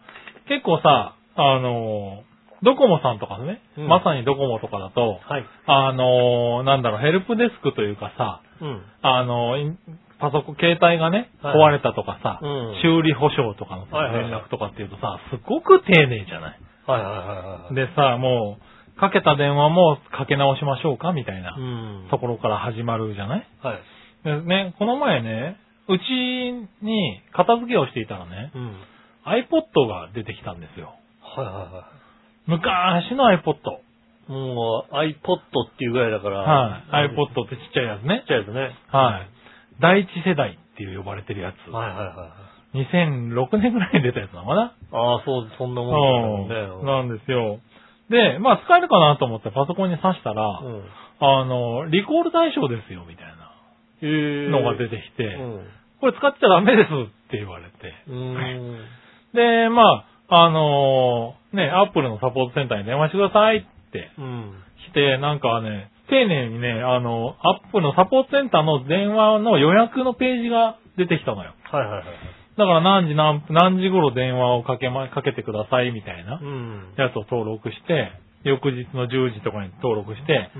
結構さ、あの、ドコモさんとかね、うんまさにドコモとかだと、はい。あの、なんだろう、ヘルプデスクというかさ、うん。あの、インパソコン、携帯がね、はい壊れたとかさ、うん修理保証とかのさはいはいはい連絡とかっていうとさ、すごく丁寧じゃない。はいはいはいはい。でさ、もう、かけた電話もかけ直しましょうかみたいなうん。ところから始まるじゃないはい。でね、この前ね、うちに片付けをしていたらね、うん。はい iPod が出てきたんですよ。はいは昔の iPod。い。もう iPod っていうぐらいだから。はい。 iPod。 iPod ってちっちゃいやつねちっ。ちゃいですね。はい。第一世代っていう呼ばれてるやつ。はいはいはい。 2006年ぐらいに出たやつなのかな。ああ、そう、そんなもんだようね。ん。なんですよ。で、まあ使えるかなと思ってパソコンに挿したら、うん。あの、リコール対象ですよ、みたいなへえのが出てきて、うん。これ使っちゃダメですって言われて。うーん。で、まあ、あのーね、アップルのサポートセンターに電話してくださいってうん。来て、なんかね、丁寧にね、あの、アップルのサポートセンターの電話の予約のページが出てきたのよ。はいはいはい。だから何時何分、何時頃電話をかけま、かけてくださいみたいなうん。やつを登録して、翌日の10時とかに登録して、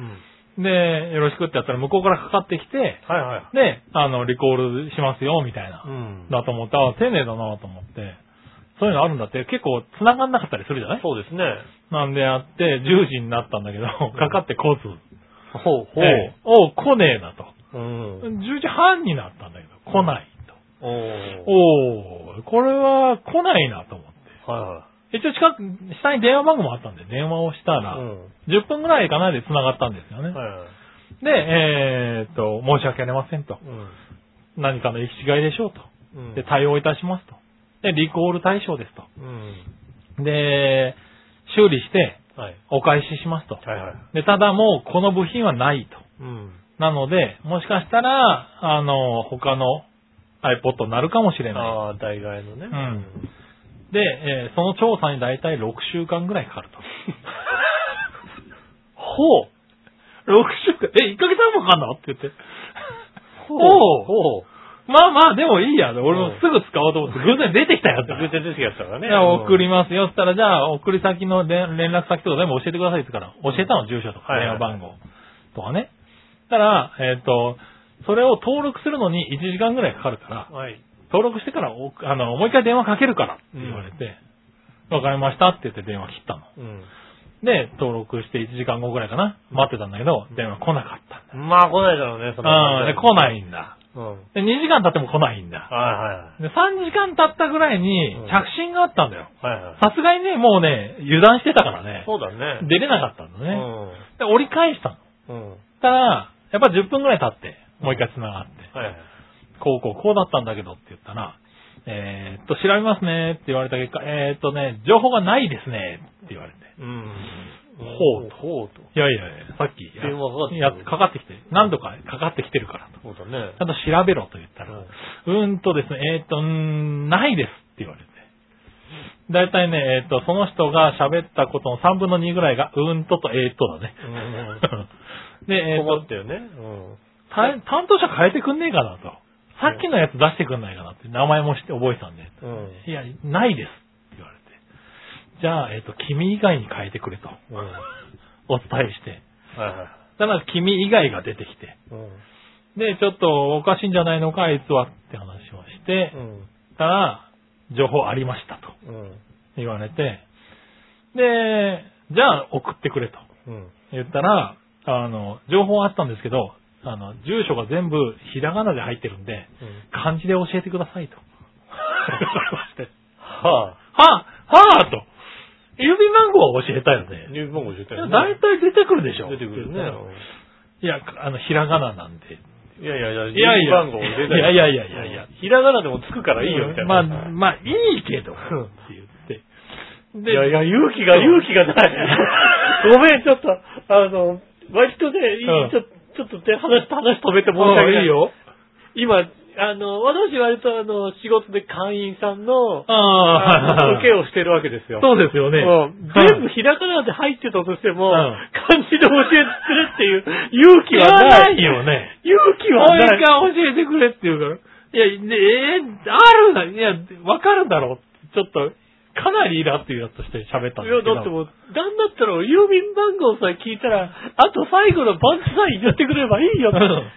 うん。で、よろしくってやったら向こうからかかってきて、はいはい。で、あの、リコールしますよ、みたいなう。ん。だと思って、あ、丁寧だなと思って、そういうのあるんだって、結構繋がんなかったりするじゃないそうですね。なんでやって、10時になったんだけど、かかってこず。ほうほう。でおう、来ねえなと。うん。 10時半になったんだけど、来ないと。おお。おおこれは来ないなと思って。は一応近く、下に電話番号もあったんで、電話をしたいはい。ら、10分ぐらいかなで繋がったんですよね。うん。はいはい。で、えーっと、申し訳ありませんと。何かの行き違いでしょうと。うん。で、対応いたしますと。で、リコール対象ですと。うん。で、修理してはい。お返ししますと。はいはい。で、ただもうこの部品はないと。うん。なので、もしかしたら、あの、他の iPod になるかもしれなああ、大概のね。んい。で、えーその調査に大体6週間ぐらいかかると。 (laughs) ほう !6 週間え、1ヶ月半もかかんのって言って。ほう。おうほう。まあまあ、でもいいや。俺もすぐ使おうと思って、偶然出てきたやつだ。偶然出てきたからね。じゃあ送りますよって言ったら、じゃあ送り先ので連絡先とか全部教えてくださいって言うから、教えたの、住所とか、はい電は話い番号とかね。たら、えっ、と、それを登録するのに1時間ぐらいかかるから、うん。はい。登録してからお、あの、もう一回電話かけるからって言われて、わ、かりましたって言って電話切ったの。うん。で、登録して1時間後ぐらいかな、待ってたんだけど、電話来なかったんまあ来ないだろうね、そ。だ。うん、で、来ないいんだ。うん。はいで、2時間経っても来ないんだ。はで、3時間経ったぐらいにうん着信があったんだよ。い。はいはい。さすがにね、もうね、油断してたからね、そうだね。出れなかったんだうね。ん。で、折り返したの。うん。はたら、やっぱ10分ぐらい経って、もう一回繋がって、いはい。こうこうこうだったんだけどって言ったら、えーっと、調べますねって言われた結果、えーっとね、情報がないですねって言われて。うん。ほうとほうと。いやいやいや、さっき、電話かかってきてるやかかってきて、何度かかかってきてるからと。そうだね。ちゃんと調べろと言ったら、ううんーんとですね、えーっと、うーん、ないですって言われて。だいたいね、えーっと、その人が喋ったことの3分の2ぐらいが、うーんととえーっとだね。で、えーっ困とっ、たよね。うん。担担当者変えてくんねえかなと。さっきのやつ出してくんないかなって、名前も知って覚えてたんで。うん。いや、ないですって言われて。じゃあ、えっ、と、君以外に変えてくれと、 (laughs) うん。はいお伝えして。はい。だから、君以外が出てきて。うん。で、ちょっとおかしいんじゃないのか、あいつはって話をして、うん。たら、情報ありましたとうん。言われて、で、じゃあ送ってくれとうん。言ったら、あの、情報あったんですけど、あの、住所が全部ひらがなで入ってるんで、うん。漢字で教えてくださいと。わかりましたははあ、はあと。郵便番号は教えたよぁ。ね。入門号絶い対や大体出てくるでしょ。出てくるね。いや、あの、ひらがななんで。いやいやいいやや、い入や門番号出たいやいやいやいやいや。ひらがなでもつくからいいよ、みたいまあ、な。まあ、いいけど。って言って。で、いやいや、勇気が、勇気がない。ごめん、ちょっと、あの、割とね、いうんちょちょっとね、話、話止めて申し訳もうないい。い。よ。今、あの、私割とあの、仕事で会員さんの、あのああ、受けをしてるわけですよ。そうですよね。うん全部ひらがなで入ってたとしても、うん漢字で教えてくれっていう勇気気ははな。ないいよね。勇気もうは一ない。回教えてくれって言うから。いや、ね、えーあるな、いや、わかるだろう。ちょっと、かなりイラっていうやつとして喋ったいんでや、すけど。だってもう、なんだったら郵便番号さえ聞いたら、あと最後のパンチさえ言ってくればいいよってうん。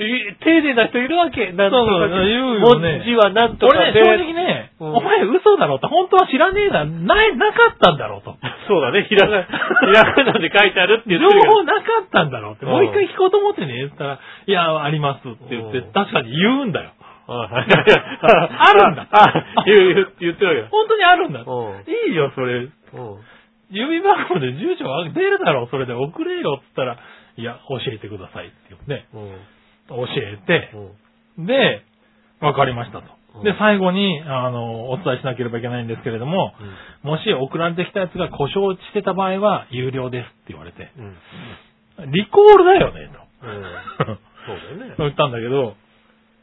え丁寧な人いるわけ。なんとそかうそう言うよね文字はなんとか俺ね、で正直ね、うんお前嘘だろうと、本当は知らねえな、ない、なかったんだろうと。 (laughs) そうだね、ひらがな、ひらがなで書いてあるって言両ってる方なかったんだろうって、うんもう一回聞こうと思ってね、言ったら、いや、ありますって言ってうん、確かに言うんだよ。あるんだ。あ、言う、言う言ってるわ本当にあるんだ。うんいいよ、それ。けだ。うん郵便番号で住所が出るだろう、それで送れよって言ったら、いや、教えてくださいって言って、うん。教えて、うん。で、わかりましたうと。んで、最後に、あの、お伝えしなければいけないんですけれども、もし送られてきたやつが故障してた場合は、有料ですって言われて、うん。リコールだよね、と。そうだよね。 (laughs) 言ったんだけど、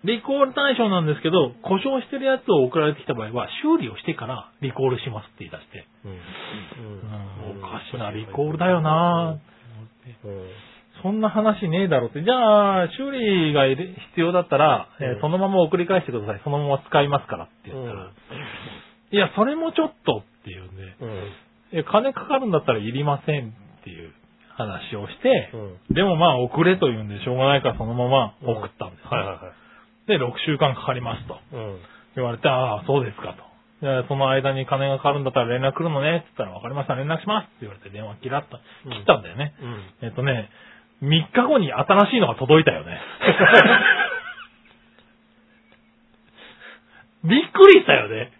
リコール対象なんですけど、故障してるやつを送られてきた場合は、修理をしてからリコールしますって言い出して、うんおかしなリコールだよなうん。そんな話ねえだろって。じゃあ、修理がいる必要だったら、えーうんそのまま送り返してください。そのまま使いますからって言ったら、いや、それもちょっとっていうね、うん。え金かかるんだったらいりませんっていう話をしてう、ん。でもまあ送れというんでしょうがないからそのまま送ったんですね、はいはで、6週間かかりますといはい。うん。言われて、ああ、そうですかと。じゃあその間に金がかかるんだったら連絡来るのねって言ったら、わかりました、連絡しますって言われて電話切らった、うん切ったんだよね。うん。えっとね、3日後に新しいのが届いたよね。 (laughs) びっくりしたよね。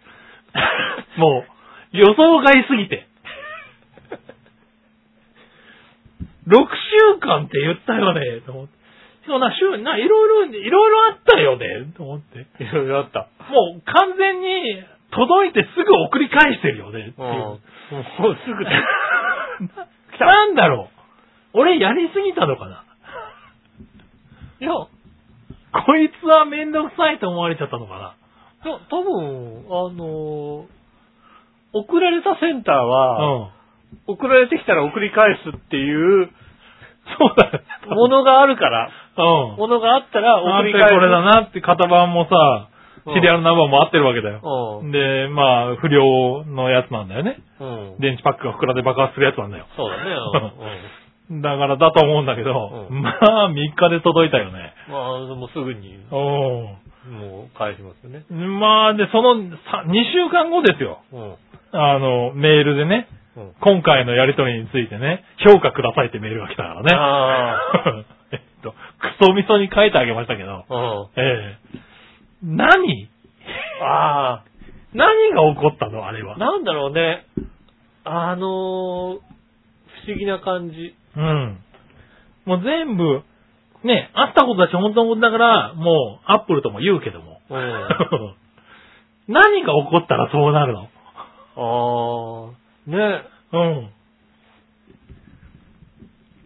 もう、予想外すぎて。6週間って言ったよね、と思って。そうな、週、な、いろいろ、いろいろあったよね、と思って。いろいろあった。もう完全に届いてすぐ送り返してるよね、っていう。もうす (laughs) ぐ。なんだろう。俺やりすぎたのかないや、こいつはめんどくさいと思われちゃったのかた多分あのー送られたセンターなは、うん。送られてきたら送り返すっていうそうだよ。ものがあるから、うん。ものがあったらあ送りって返す。これだなって型番もさ、うんシリアルナンバーも合ってるわけだよ。うん。で、まあ、不良のやつなんだよね。うん。電池パックが膨らんで爆発するやつなんだよ。そうだね。 (laughs) だからだと思うんだけど、うんまあ、3日で届いたよね。うん。まあ、もうすぐに、おもう返しますよね。ーまあ、で、その2週間後ですよ。うん。あの、メールでね、うん。今回のやりとりについてね、評価くださいってメールが来たからね。あ (laughs) えっと、クソみそに書いてあげましたけど、うん。ええ何あ (laughs) 何が起こったのあれはあ、。なんだろうね。あのー不思議な感じ。うん。もう全部、ね、あったことだし、本当のことだから、もう、アップルとも言うけども。 (laughs) うん。 (laughs) 何が起こったらそうなるのああ、ね。うん。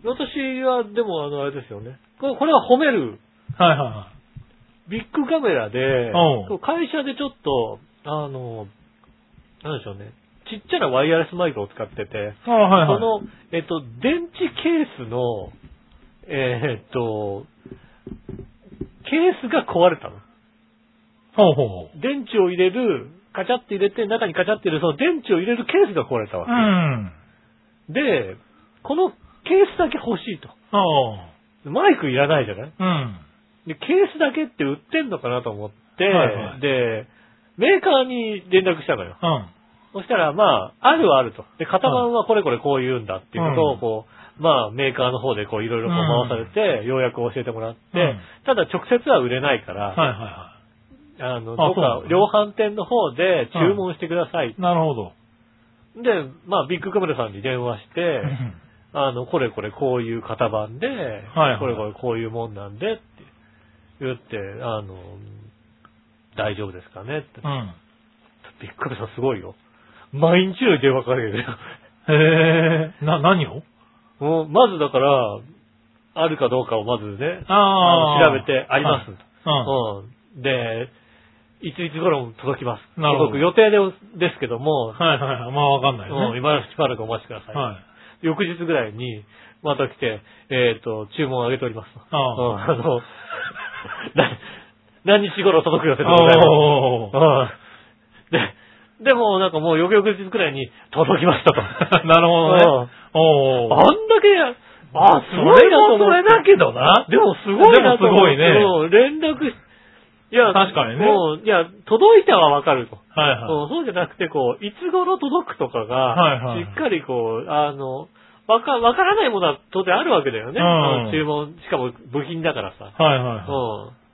私は、でも、あの、あれですよね。これこれは褒める。はいはビッグカメラで、うんこう会社でちょっと、あの、なんでしょうね。ちっちゃなワイヤレスマイクを使ってて、いはい。あはいはそい。の、えっと、電池ケースの、えーっと、ケースが壊れたの。ほうほうほう。電池を入れる、カチャって入れて、中にカチャって入れる、その電池を入れるケースが壊れたうわけ。ん。で、このケースだけ欲しいと。おう。マイクいらないじゃないうん。で、ケースだけって売ってんのかなと思って、はいはいで、メーカーに連絡したのよ。うん。そしたら、まあ、あるはあると。で、型番はこれこれこう言うんだっていうことうを、んこう、まあ、メーカーの方でこう、いろいろこう回されて、ようやく教えてもらって、うんただ直接は売れないかはいら、はいはあの、あどっそうなかの量販店の方で注文してください。い。なるほど。で、まあ、ビッグカメラさんに電話して、 (laughs) あの、これこれこういう型番で、いこれこれこういうもんなんでって言って、あの、大丈夫ですかねって。うん。ビッグカメラさんすごいよ。毎日のように電話かけてくる。 (laughs) へえ。な、何をもう、まずだから、あるかどうかをまずね、ああ。あの調べてありますはうん。で、いついつ頃も届きます。なるほど届く予定でですけども、い。うん。はいはいはい。まあわかんないうんよね。今のしばらくお待ちください。はい。翌日ぐらいに、ま (laughs) た来て、えっ、と、注文を上げております。ああうんあの、だ何日頃届く予定でございます。おーうんで、でもなんかもう翌々日くらいに届きましたと。 (laughs) なるほどね。おーあんだけ、あ、すごいなと思って。それもそれだけどなでもすごいなと思って。でもうん連絡し、いや、確かにねもう、いや、届いたはわかると。はいはい。そうそうじゃなくて、こう、いつ頃届くとかはいがは、いしっかりこう、あの、わか、わからないものは当然あるわけだよね。うんあの注文、しかも部品だからさ。はいうんはいは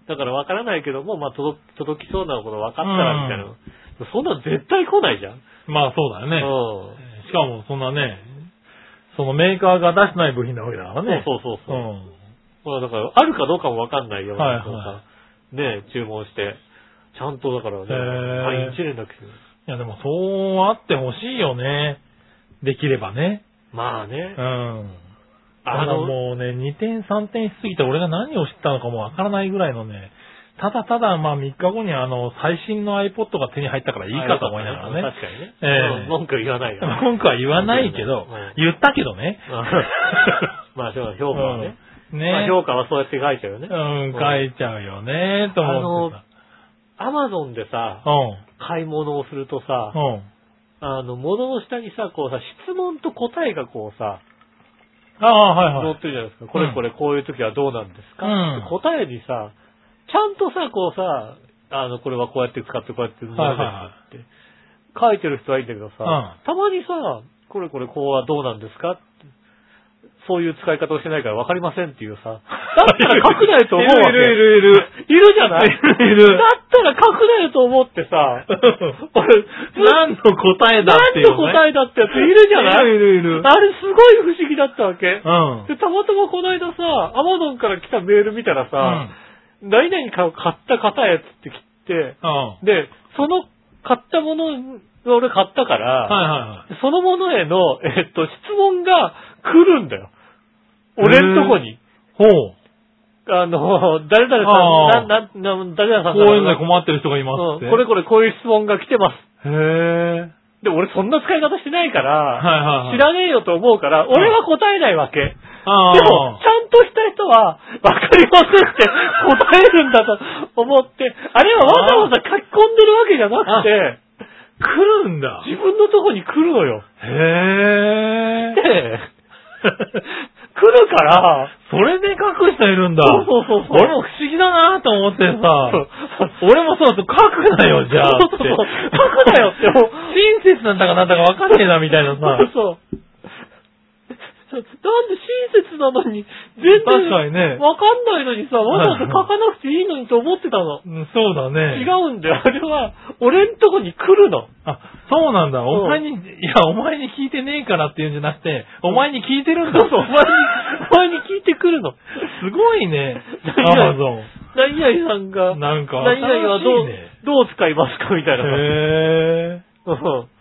い。。だからわからないけども、まあ、届き、届きそうなこと分かったうら、んみたいな。そんなの絶対来ないじゃん。まあそうだようね。ん。しかもそんなね、そのメーカーが出してない部品なわけだからね。。そうそうそうそううんまあだから、あるかどうかもわかんないようなことはいはが、ね、注文して、ちゃんとだからね、へー毎日連絡する。いやでもそうあってほしいよね。できればね。まあうね、ん。ああのの、もうね、2点3点しすぎて俺が何を知ったのかもわからないぐらいのね、ただただまあ3日後にあの最新の iPod が手に入ったからいいかと思いながらね。確かにね。ええうん文句言わないよ。 (laughs) 文句は言わないけどうん、言ったけどね。まあ、 (laughs) そう評価はね。うんまあ、ね評価はそうやって書いちゃうよね。うん、書いちゃうよね、と思ってさ。アマゾンでさ、う買い物をするとさ、ん。うん。あの、物の下にさ、こうさ、質問と答えがこうさ、ああ、はいはい。載ってるじゃないですか。これこれこういう時はどうなんですか、うんって答えにさ、ちゃんとさ、こうさ、あの、これはこうやって使ってこうやって飲んではいはいはって書いてる人はいいんだけどさ、うんたまにさ、これこれこうはどうなんですかってそういう使い方をしてないからわかりませんっていう (laughs) さ、だったら書くなよと思うわけ。いるいるいるいる。いるじゃないいるいるだったら書くなよと思ってさ、 (laughs) 俺、何の答えだっていう、ね。何の答えだってやついるじゃないいるいるいる。あれすごい不思議だったわけ。うん。で、たまたまこの間さ、アマゾンから来たメール見たらさ、何々かを買った方へっつって来うん。はて、で、その買ったもの、俺買ったかいら、はいはい。そのものへの、えっと、質問が来るんだよ。俺んとこに。ほう。あの、誰々あさーん、な、な、な誰々さんこうだいうので困ってる人がいますっうて。んこれこれこういう質問が来てます。へぇー。で、俺そんな使い方してないから、はいはいはい。知らねえよと思うから、俺は答えないわけ。あでも、あち。ゃんとした人は、わかりませんって答えるんだと思って、あれはわざわざ書き込んでるわけじゃなくて、来るんだ。自分のとこに来るのよ。へで、来ぇー。るから、それで書く人いるんだ。そうそうそうそう俺も不思議だなと思ってさ。そう俺もそうそう、書くなよ、じゃあっそて。うそうそう書くなよってもう親切なんだかなんだかわかんねえな、みたいなさ。そうそう。なんで親切なのに、全確か然、に (laughs) ね。わかんないのにさ、わざわざ書かなくていいのにと思ってたの。うんそうだね。違うんだよ。あれは、俺んとこに来る (laughs) の。あ、そうなんだ。んお前に、いや、お前に聞いてねえからっていうんじゃなくて、お前に聞いてるんだ。そうそう、お前に、お前に聞いてくるの。すごいね。ア何々マゾ何々さんが、ン。なんか、何々はどう、新しいねどう使いますかみたいなさ。へうん (laughs)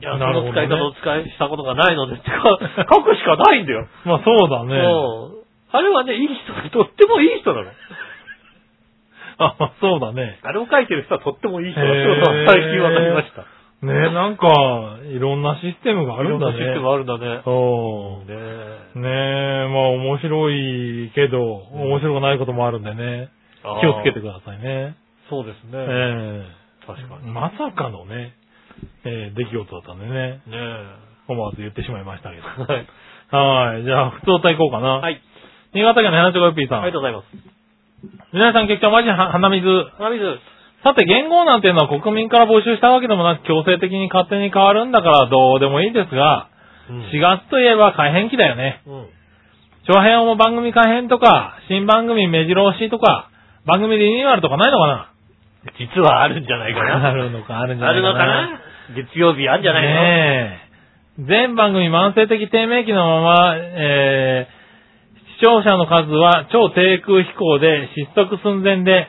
いや、そなるのほど使ねい方を使いしたことがないので、って (laughs) か、書くしかないんだよ。ぇー。まあ、そうだね。うん。あれはね、いい人、とってもいい人なの。あ、まあそうだね。あれを書いてる人はとってもいい人だってへこーとが最近わかりました。ねなんか、いろんなシステムがあいろるんんなだシね。ステムあるんだね。そねえう。ねえ、まあ面白いけど、面白くないこともあるんでね。気をつけてあーくださいね。そうですえね。え確かに。ねまさかのね、ええ出来事だったんでね。え。思わず言ってしまいましたけど。はい。はい。じゃあ、普通歌いこうかな。はい。新潟県の花ちょこよっぴーさありがん。とうございます。皆さん、局長、マジは鼻水。花水。さて、言語なんていうのは国民から募集したわけでもなく、強制的に勝手に変わるんだからどうでもいいですが、4月といえば改変期だよね。うん。長編も番組改編とか、新番組目白押しとか、番組リニューアルとかないのかな実はあるんじゃないかな。あるのか、あるんじゃあないるかのかな。な月曜日あるんじゃないねえ。全番組慢性的低迷期のまま、えー、視聴者の数は超低空飛行で失速寸前で、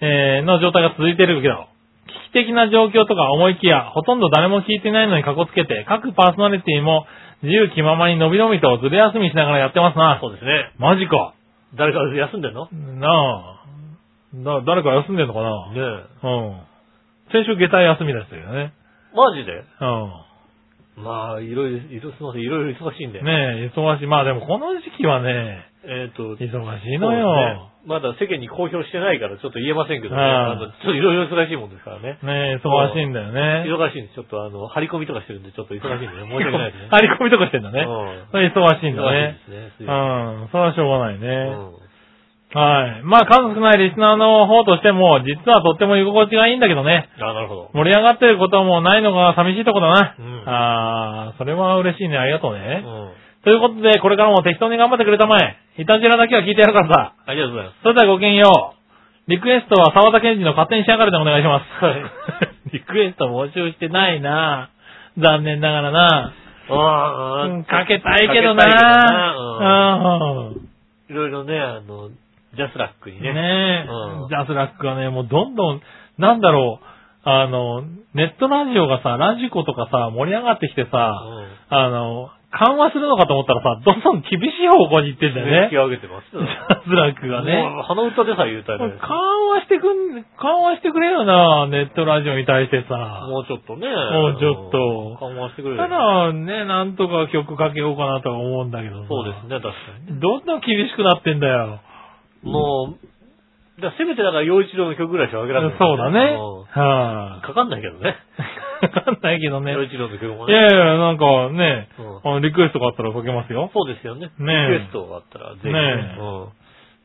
えー、の状態が続いてるけど、危機的な状況とか思いきや、ほとんど誰も聞いてないのにかこつけて、各パーソナリティも自由気ままにのびのびとずれ休みしながらやってますなの。そうですね。マジか。誰か休んでんのねなあ。だ、誰か休んでんのかなえ。うん。先週下体休みでしたけどね。マジでうん。まあ、いろいろ、いろ、すみません、いろいろ忙しいんで。ねえ、忙しい。まあでもこの時期はね、えっ、と、忙しいのそうよ。ですねまだ世間に公表してないからちょっと言えませんけどね。あああのちょっといろいろ忙しいもんですからね。ねえ、忙しいんだよね。忙しいんです。ちょっとあの、張り込みとかしてるんで、ちょっと忙しいんでね。申し訳ないです (laughs) ね。張り込みとかしてんだうね。んそれ忙しいんだね。忙しいですね。すういんま。それはしょうがないね。せんうんはい。まあ、数少ないリスナーの方としても、実はとっても居心地がいいんだけどね。あ、なるほど。盛り上がってることはもうないのが寂しいとこだな。うんあー、それは嬉しいね。ありがとううね。ん。ということで、これからも適当に頑張ってくれたまえ。いたじらだけは聞いてやるからさ。ありがとうございます。それではごきげんよう。リクエストは沢田健二の勝手にしやがれでお願いします。 (laughs) リクエスト募集してないな残念ながらなあうんあ、かけたかけたいいけどけどななうんうんいろいろね、あの、ジャスラックにね。ねえうん。ジャスラックはね、もうどんどん、なんだろう、あの、ネットラジオがさ、ラジコとかさ、盛り上がってきてうさ、ん。あの、緩和するのかと思ったらさ、どんどん厳しい方向に行ってんだね。よ引きね。上げてますジ。ャスラックがね。もう鼻歌でさえ言うたらね、緩和してくん、緩和してくれよな、ネットラジオに対してさ。もうちょっとね。もうちょっとうん緩和してくれたる。だね、なんとか曲かけようかなとは思うんだけどさそうですね、確かに。どんどん厳しくなってんだよ。もう、だからせめてだから洋一郎の曲ぐらいしか上げそうられない。だね。うはんい。かかんないけどね。わかんないけどね。洋一郎の曲もいやいね。やいや、なんかね、うんあのリクエストがあったらかけますよ。そうですよね。リクねえエストがあったら、ぜひね。ねえうん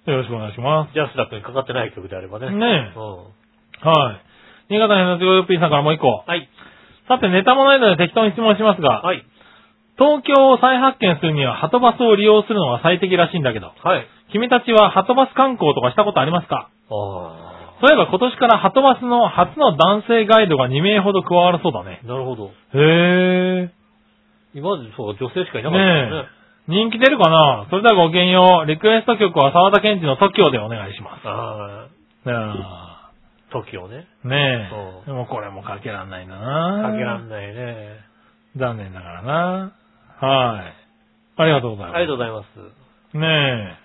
よろしくお願いしまジャスラックにかかってない曲であればね。ねえうんす。はい。新潟県のジョーピーさんからもう一個。はい。さて、ネタもないので適当に質問しますが、はい。東京を再発見するにはハトバスを利用するのが最適らしいんだけど、はい。君たちはハトバス観光とかしたことありますかあそういえば今年からハトバスの初の男性ガイドが2名ほど加わるそうだね。あ、なるほど。へえ。今までそうか女性しかいなかったですね。人気出るかなそれではごきげんよう。リクエスト曲は沢田健二の TOKIO でお願いします。ああ、あ時をね。ーねそうえ。でもこれもかけらんないなかけらんないね。残念ながらなはい。ありがとうございます。ありがとうございます。ね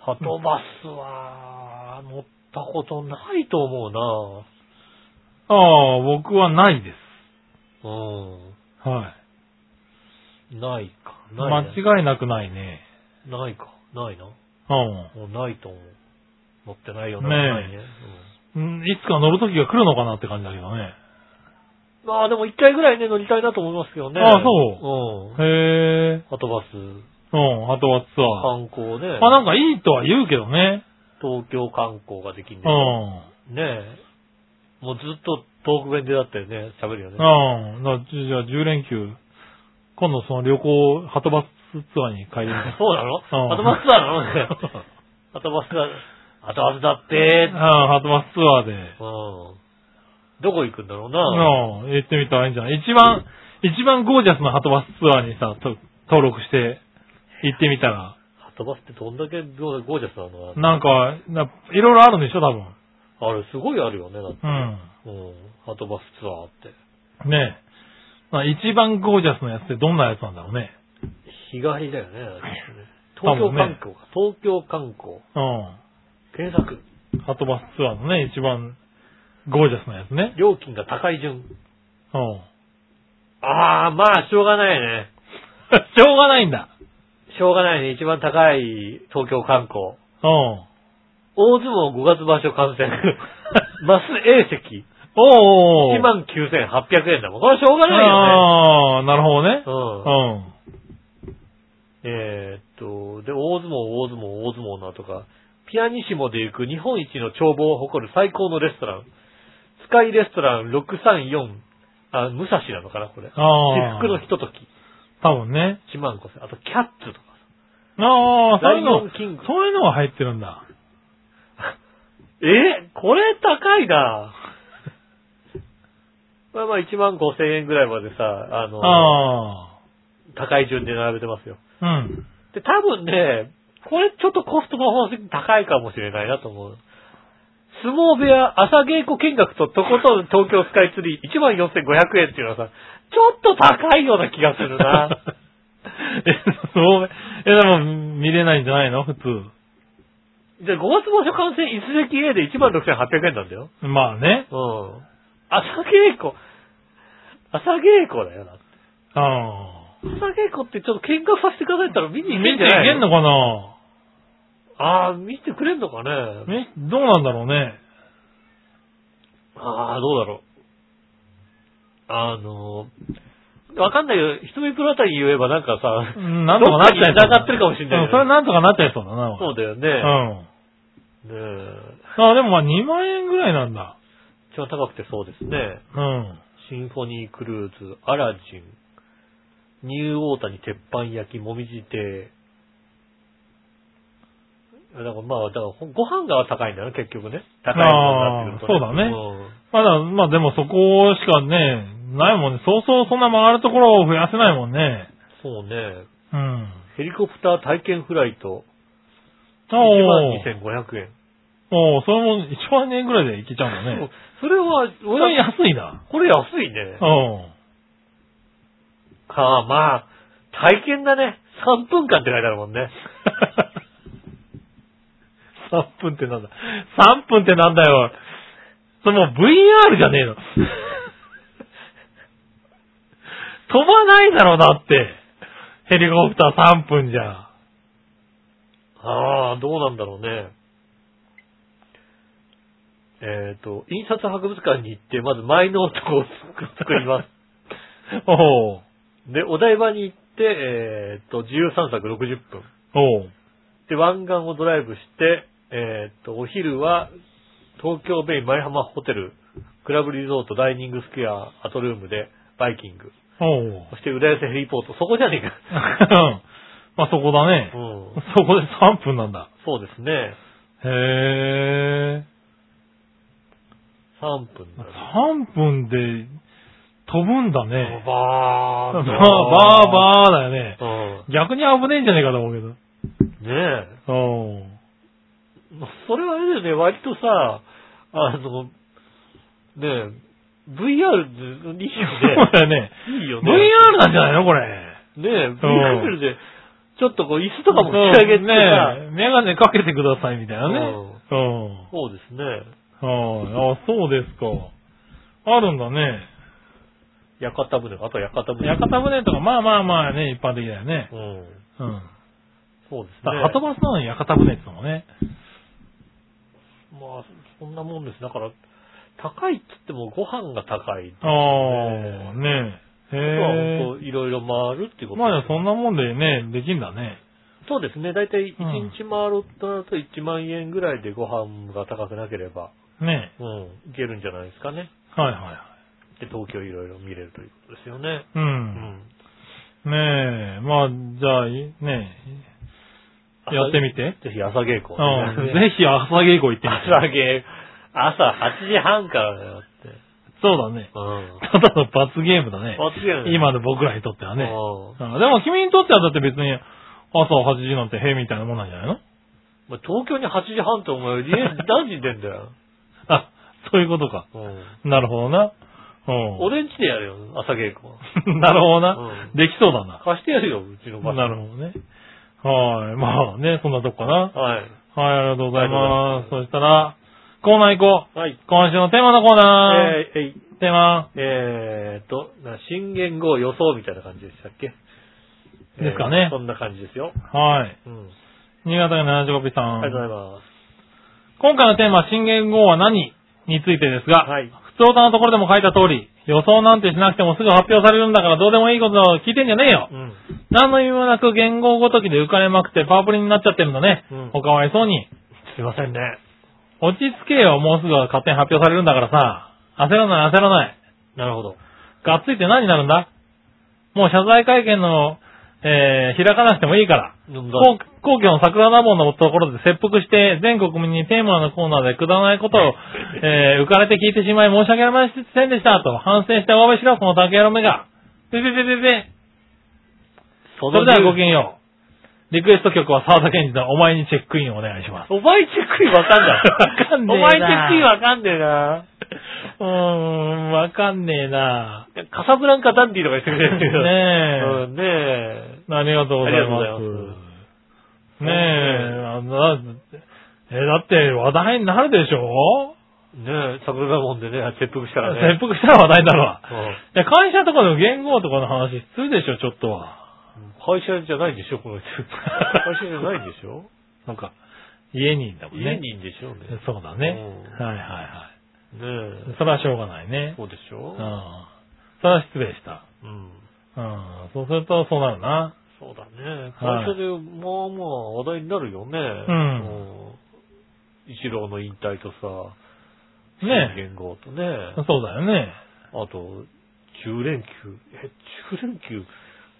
ハトバスは、乗ったことないと思うなえ。ああ、僕はないでうん。す。はないか。い。ない、ね。間違いなくないね。ないか。ないな。うんもうないと思う。乗ってないよねえないね。うん。いつか乗る時が来るのかなって感じだけうどね。んまあでも一回ぐらいね、乗りたいなと思いますけどね。。あそうん。うへえ。ハトバス、うん、あとはツア観光ね。ー。あ、なんかいいとは言うけどね。東京観光ができんうでんす。ねえ。もうずっと東北弁でだったよね、喋るよね。うん。だからじゃあ10連休、今度その旅行、ハトバスツアーに帰ります。 (laughs) そう (laughs) なのうんハトバスツアーな (laughs) のね。ハトバスだ、ハトバスだっうてん、。ハトバスツアーで。うん。どこ行くんだろううな。ん、行ってみたらいいんじゃない一番、一番ゴージャスなハトバスツアーにさ、と登録して、行ってみたら。ハトバスってどんだけゴージャスなのなんか、ないろいろあるんでしょ、多分。あれ、すごいあるよね、だって。うん。うん。ハトバスツアーって。ねえ。まあ一番ゴージャスなやつってどんなやつなんだろうね。日帰りだよね。だってね多東京分ね観光か、東京観光。う検索。ん。ハトバスツアーのね、一番ゴージャスなやつね。料金が高い順。うん。 (laughs) ああ、まあ、しょうがないね。しょうがないんだ。しょうがないね。一番高い東京観光。うん。大相撲5月場所観戦。 (laughs) マス A 席。おーおーおー。 19,800円だもん。これしょうがないよね。ああー、なるほどね。うん。うん。えーっと、で、大相撲、大相撲、大相撲なとか、ピアニシモで行く日本一の眺望を誇る最高のレストラン、スカイレストラン634、あ、武蔵なのかな、これ。至ああ。福のひととき、多分ね。 1万5000。あと、キャッツとか。ああ、そういうライオのン、キングそういうのが入ってるんだ。えーこれ高い (laughs) なまあまあ、1万5000円ぐらいまでさ、あの、あ高い順で並べてますよ。あ。うん。で、多分ね、これちょっとコストパフォーマンス高いかもしれないなと思う。相撲部屋朝稽古見学ととことん東京スカイツリー14,500円っていうのはさ、ちょっと高いような気がするな。 (laughs) え、そう、え、でも見れないんじゃないの普通。じゃあ5月場所観戦一席 A で16,800円なんだよ。まあね。うん。朝稽古。朝稽古だよな。ああ。朝稽古ってちょっと見学させてくださいって言ったら見に行見けてんいじゃないけんのかなああ、見てくれんのかね。ね、どうなんだろうね。ああ、どうだろう。あの、わかんないけど、一目プロあたり言えばなんかさ、うんなんとかなっちゃいそうどっかに繋がってるかもしれないよねうんそれなんとかなっちゃいそうだな。そうだよね。うん。ねえ。あ、でもまあ2万円ぐらいなんだ。一番高くてそうですね。うん。シンフォニークルーズ、アラジン、ニューオータニ鉄板焼き、もみじ亭。だからまあ、だからご飯が高いんだよね、結局ね。高いものになってくると、あーまだ、まあでもそこしかね、ないもんね。そうそうそんな回るところを増やせないもんね。うんそうね。うん。ヘリコプター体験フライト、1お万ー2500円。おーそれも1万円ぐらいでいけちゃうんだね。それは、それは安いな。 (laughs) これ安いねう。ん。ああ、まあ、体験だね。3分間って書いてあるもんね。 3分ってなんだ。3分ってなんだよ。それもう VR じゃ (laughs) ねえの。飛ばないだろうなって。ヘリコプター3分じゃ。ああ、どうなんだろうね。えっ、と、印刷博物館に行って、まず舞の男を作りまおう (laughs) す。で、お台場に行って、えっ、と、13作60分。おうで、湾岸をドライブして、えっ、と、お昼は、東京ベイ舞浜ホテル、クラブリゾート、ダイニングスクエア、アトルームで、バイキング。おう (laughs) そして、浦安ヘリポート。そこじゃねえか。まあそこだねう。ん。そこで3分なんだ。そうですね。へえ。 3分だね。 3分で飛ぶんだね。バーバーーババーだよね。ー。逆に危ねえんじゃねえかと思うけど。うん。ねえ。おうそれはあれだよね、割とさ、あの、ねえ、VR でいいそうよね。だよね。いいよ VR ね。なんじゃないのこれ。ねえ、VR で、ちょっとこう椅子とかもそう持ち上げてさ、ねメガネかけてくださいみたいなね。うん。そうですね。はい。あ、そうですか。あるんだね。屋形船、あと屋形船。屋形船とか、まあまあまあね、一般的だよね。うん。うん。そうですだね。はとバスなのに屋形船ってのもね。まあ、そんなもんです。だから、高いっつってもご飯が高い。ああ、ねあえ。とはへ本当いろいろ回るっていうえ。ことまあじゃあそんんなもんでね、できんだね。そうですね。だいたいうん1日回るとなると1万円ぐらいでご飯が高くなければ。ねうん、いけるんじゃないですかね。え。はいはいはい。で、東京いろいろ見れるということですよね。うう。んん。ねえ、まあ、じゃあ、いねえ、やってみて。て。ぜひ朝稽古うをん。ね。ぜひ朝稽古行ってみて。朝稽古。朝8時半からだよって。そうだね。うん。ただの罰ゲームだね。罰ゲームだね今の僕らにとってはね。うんうんでも君にとってはだって別に朝8時なんてへえみたいなもんなんじゃないのまあ東京に8時半ってお前、家何時に出んだよ。あ、そういうことか。うん。なるほどな。うん。俺ん家でやるよ、朝稽古は。 (laughs) なるほどな、うんできそうだな。貸してやるよ、うちの場所。なるほどね。はい。まあね、そんなとこかな。はい、はい。ありがとうございます。あそしたら、コーナー行こう。はい。今週のテーマのコーナー。えー、えいテーマ、えーっと、な新元号予想みたいな感じでしたっけですかねえーそんな感じですよ。はい。うん。新潟県75ピさあん。りがとうございます。今回のテーマ、新元号は何についてですが、はい。普通歌のところでも書いた通り、予想なんてしなくてもすぐ発表されるんだからどうでもいいことを聞いてんじゃねえよ。うん。何の意味もなく言語ごときで浮かれまくってパープリンになっちゃってるんだね。うんおかわいそうに。すいませんね。落ち着けよ、もうすぐ勝手に発表されるんだからさ。焦らない、焦らない。なるほど。がっついて何になるんだもう謝罪会見の、えー、開かなくてもいいから。うん皇皇居の桜田門のところで切腹して、全国民にテーマのコーナーでくだらないこ (laughs) とを、えー、浮かれて聞いてしまい申し訳ありませんでした、と反省してお詫びしろ、この竹野目が。ででででで、そそれではごきげんんよう。リクエスト曲は沢田健二のお前にチェックインをお願いします。お前チェックインわかんない。 (laughs) わかんねおえな前チェックインわかんねえな。うーん、わかんねえなカサブランカダンディとか言ってくれるけど。ねえ (laughs) うん、ねありがとうございあります。がとうございまねえ、あのだえ、だって話題になるでしょえ。ねえ、桜田門でね、切腹したらね。切腹したら話題になるわ。うんいや、会社とかの言語とかの話するでしょ、ちょっとは。 (laughs) 会社じゃないでしょ、この人。会社じゃないでしょなんか、家にいんだもんね。家にいんでしょうね。そうだね。うんはいはいはねい。それはしょうがないねえ。。そうでしうょん。それは失礼した。うん。うん。そうすると、そうなるな。そうだね。はい会社で、まあまあ話題になるよね。うんん。一郎の引退とさ、ね新元号とね、そうだよね。あと、10連休。え、10連休、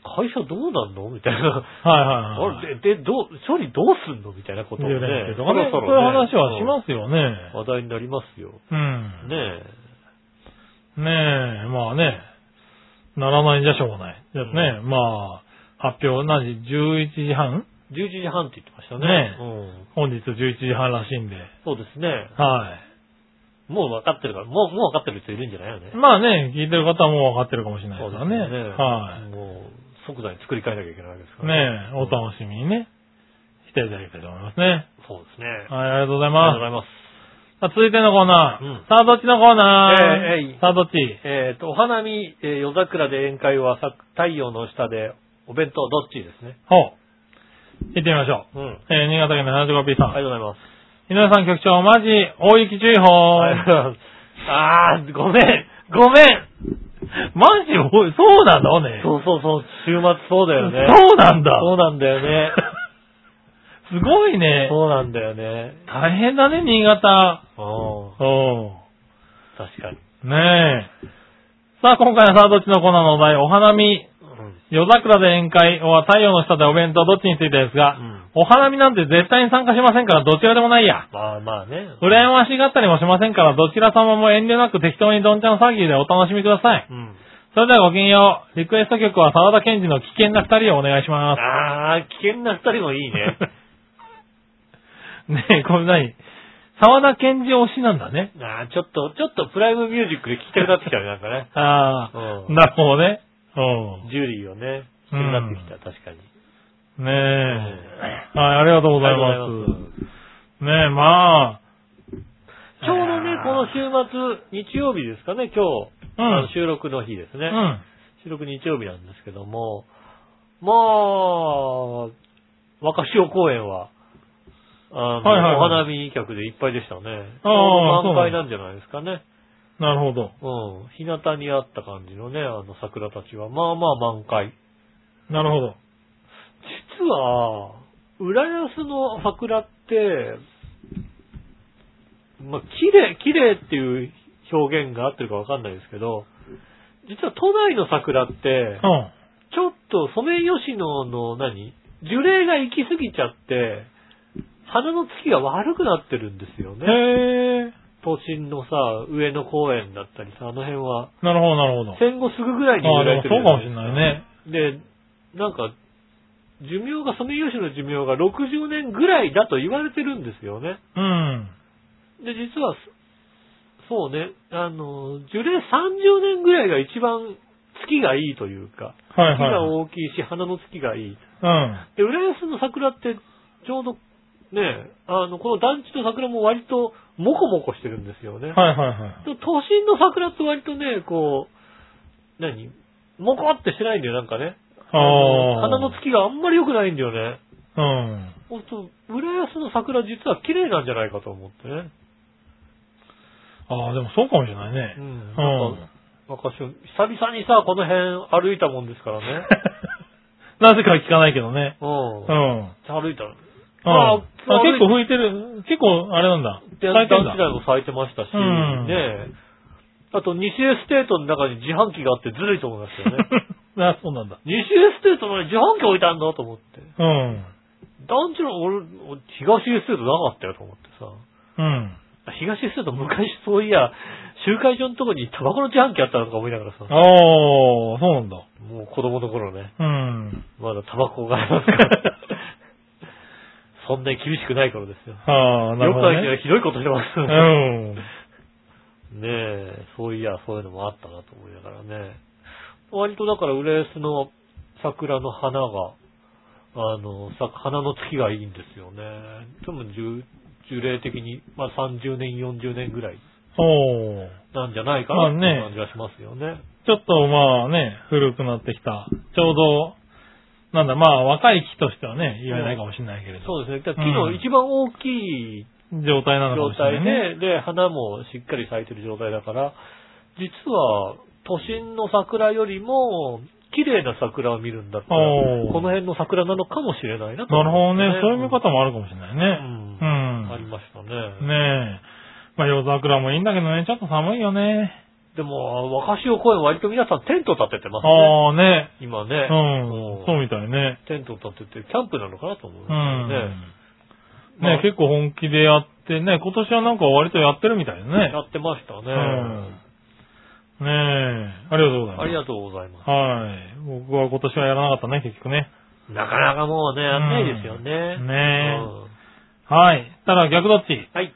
会社どうなんのみたいな。はいはいはあい。れで、で、どう、処理どうすんのみたいなことをね。 10連休とそかねろそろそういう話はしますよね。うん話題になりますよ。うん。ねえ。ねえ、まあね、ならないんじゃしょうがない。ですね、まあ、発表何時 ?11 時半11時半って言ってましたね。ねえうん。本日11時半らしいんで。そうですね。はもう分かってるから、もう、もう分かってる人いるんじゃないよねい。。まあね、聞いてる方はもう分かってるかもしれないそうかでらすね。ね。もう、即座に作り変えなきゃいけないわけですからはい。ねえ、お楽しみにね、していただきたいと思いますね。そうですね。はい、ありがとうございありがとうござまいます。す。さあ続いてのコーナー。うんさあ、どっちのコーナー、えーえいさあ、どっちえっ、と、お花見、えー夜桜で宴会は太陽の下で、お弁当どっちですね。ほう。行ってみましょう。うん。えー新潟県の 75P さん。ありがとうございます。井上さん局長、マジ、大雪注意報。ありがとうございます。あー、ごめん、ごめん。マジ、おいそうなのね。そうそうそう、週末そうだよね。そうなんだ。そうなんだよ (laughs) ね。すごいね。そうなんだよね。大変だね、新潟。うん、お確かに。うねえ。さあ、今回のさあ、どっちのコーナーのお題、お花見、うん。夜桜で宴会、おは太陽の下でお弁当、どっちについてですが、うんお花見なんて絶対に参加しませんから、どちらでもないや。まあまあね。羨ましがったりもしませんから、どちら様も遠慮なく適当にどんちゃん騒ぎでお楽しみください。うん。それではごきげんよう。リクエスト曲は沢田健二の危険な二人をお願いします。あー、危険な二人もいい (laughs) ね。ねえ、これ何沢田研二推しなんだね。あー、ちょっと、ちょっとプライムミュージックで聴きたくなってきたね、なんかね。ああ、 (laughs) うなるほどね。ん。ジュリーをね、聴きたくなってきた、確かに。うん。ねえ。はい、ありがとうございありがとうございますます。ねえ、まあ、ちょうどね、この週末、日曜日ですかね、今日。うあのん。収録の日ですね。うん。収録日曜日なんですけども、まあ、若潮公園は、あのはいはいはいお花見客でいっぱいでしたね。ああ満開なんじゃないですかね。なるほど。うん。日向にあった感じのね、あの桜たちは、まあまあ満開。なるほど。実は、浦安の桜って、まあ、綺麗、綺麗っていう表現が合ってるかわかんないですけど、実は都内の桜ってう、ん。ちょっとソメイヨシノの何樹齢が行き過ぎちゃって、花の月が悪くなってるんですよね。へえ。都心のさ、上野公園だったりさ、あの辺は、なるほど、なるほど。戦後すぐぐらいにああ、売られてでもそうるかもしれないね。で、なんか、寿命が、ソメイヨシノの寿命が60年ぐらいだと言われてるんですよね。うん。で、実は、そうね、あの、樹齢30年ぐらいが一番月がいいというか、はい月がはい。大きいし、花の月がいい。うん。で、浦安の桜って、ちょうど、ね、あの、この団地の桜も割と、もこもこしてるんですよね。はいはいはい。でも都心の桜って割とね、こう、何もこってしてないんだよ、なんかね。あのあ。花の月があんまり良くないんだよね。うん。ほんと、浦安の桜実は綺麗なんじゃないかと思ってね。ああ、でもそうかもしれないね。ううんん。 (laughs) 昔、久々にさ、この辺歩いたもんですから (laughs) ね。なぜかは聞かないけどね。うんう。ん。歩いたら。ああ、あ今日結構吹いてる。結構、あれなんだ。で、咲団いてん地だ。内も咲いてましたし、うんねえ。あと、西エステートの中に自販機があってずるいと思いましたよね。 (laughs) あ、 (laughs) そうなんだ。西エステートのに自販機置いたんだと思って。うん。団地の、俺、東エステートなかったよと思ってさ。うん。あ東エステート昔そういや、集会所のとこにタバコの自販機あったなとか思いながらさ。ああ、そうなんだ。もう子供の頃ね。うん。まだタバコがありますから。 (laughs) そんなに厳しくない頃ですよ。ああ、なるよほくど、相手ね。はひどいことしてます。うん。ねえ、そういや、そういうのもあったなと思いながらね。割とだから、浦安の桜の花が、あの、さ花の月がいいんですよね。多分、樹樹齢的に、まあ30年、40年ぐらいおうなんじゃないかなってまあねいう感じがしますよね。ちょっとまあね、古くなってきた。ちょうど、なんだ、まあ、若い木としてはね、言えないかもしれないけれど。そうですね。だからう木んの一番大きい状態なのか状もしれ態ないね。で、で、花もしっかり咲いてる状態だから、実は都心の桜よりも綺麗な桜を見るんだったら、おーこの辺の桜なのかもしれないなとなる思ほうどんね。そういう見です方もあるかもしれないね。ううん。ありましたね。ねえ。まあ、夜桜もいいんだけどね、ちょっと寒いよね。でも、若潮公園割と皆さんテント立ててますね。ああね。今うね。ん。そうみたいね。テント立てて、キャンプなのかなと思うんですうよん。ね。ねまあ結構本気でやってね、今年はなんか割とやってるみたいだね。やってましたね。うんねえ。ありがとうございます。ありがとうございます。はい。僕は今年はやらなかったね、結局ね。なかなかもうね、やんないですよね。うんねえうんはい。ただ逆どっちはい。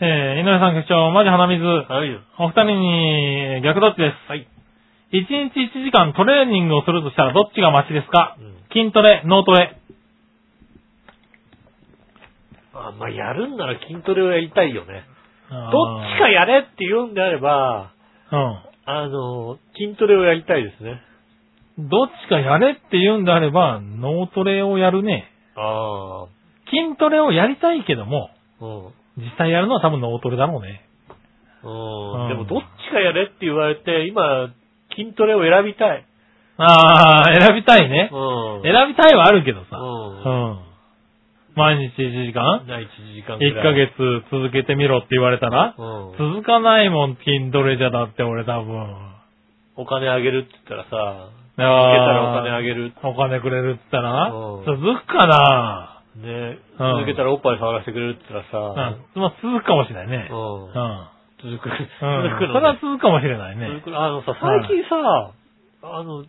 えー、井上さん局長、マジ鼻水。はい。お二人に逆どっちです。はい。一日一時間トレーニングをするとしたらどっちがマシですかうん筋トレ、脳トレ。あまあ、やるんなら筋トレをやりたいよね。どどっちかやれって言うんであれば、うあの、筋トレをやりたいですね。ん。どっちかやれって言うんであれば、脳トレをやるね。ああ、筋トレをやりたいけども、うん。うん実際やるのは多分脳トレだろうね。うんでも、どっちかやれって言われて、今、筋トレを選びたい。あー、選びたいね。うん。選びたいはあるけどさ。うんうん。毎日1時間ない1時間く ?1 らヶい。月続けてみろって言われたらうん。続かないもん、筋トレじゃだって俺多分。お金あげるって言ったらさ、ああお金あげる。お金くれるって言ったらうん続くかなね、うん続けたらおっぱい触らせてくれるって言ったうん。らさ、まあ続くかもしれないね。う。うん。うんん。続く。続くそれのはね。続くかもしれないね。続くあのさ、はい最近さ、あの、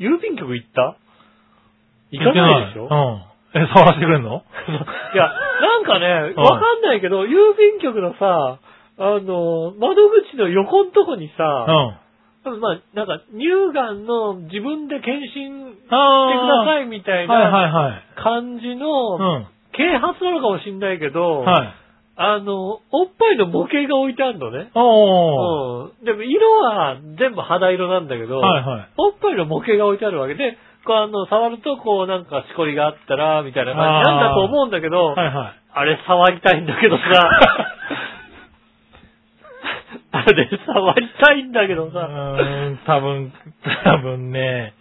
郵便局行った行かけないでしょうん。え、触らせてくれんの (laughs) いや、なんかね、うんわかんないけど、郵便局のさ、あの、窓口の横のとこにうさ、ん。まあ、なんか、乳がんの自分で検診してくだあさいみたあいはいなはいはい。感じうの、啓発なのかもしんないけど、ん。はい。あの、おっぱいの模型が置いてあるのね。おー。うん。でも色は全部肌色なんだけど、はいはい。おっぱいの模型が置いてあるわけで、こうあの、触るとこうなんかしこりがあったら、みたいな感あーじなんだと思うんだけど、はいはい。あれ触りたいんだけどさ、あれ触りたいんだけどうさ、ーん、多分、多分ね。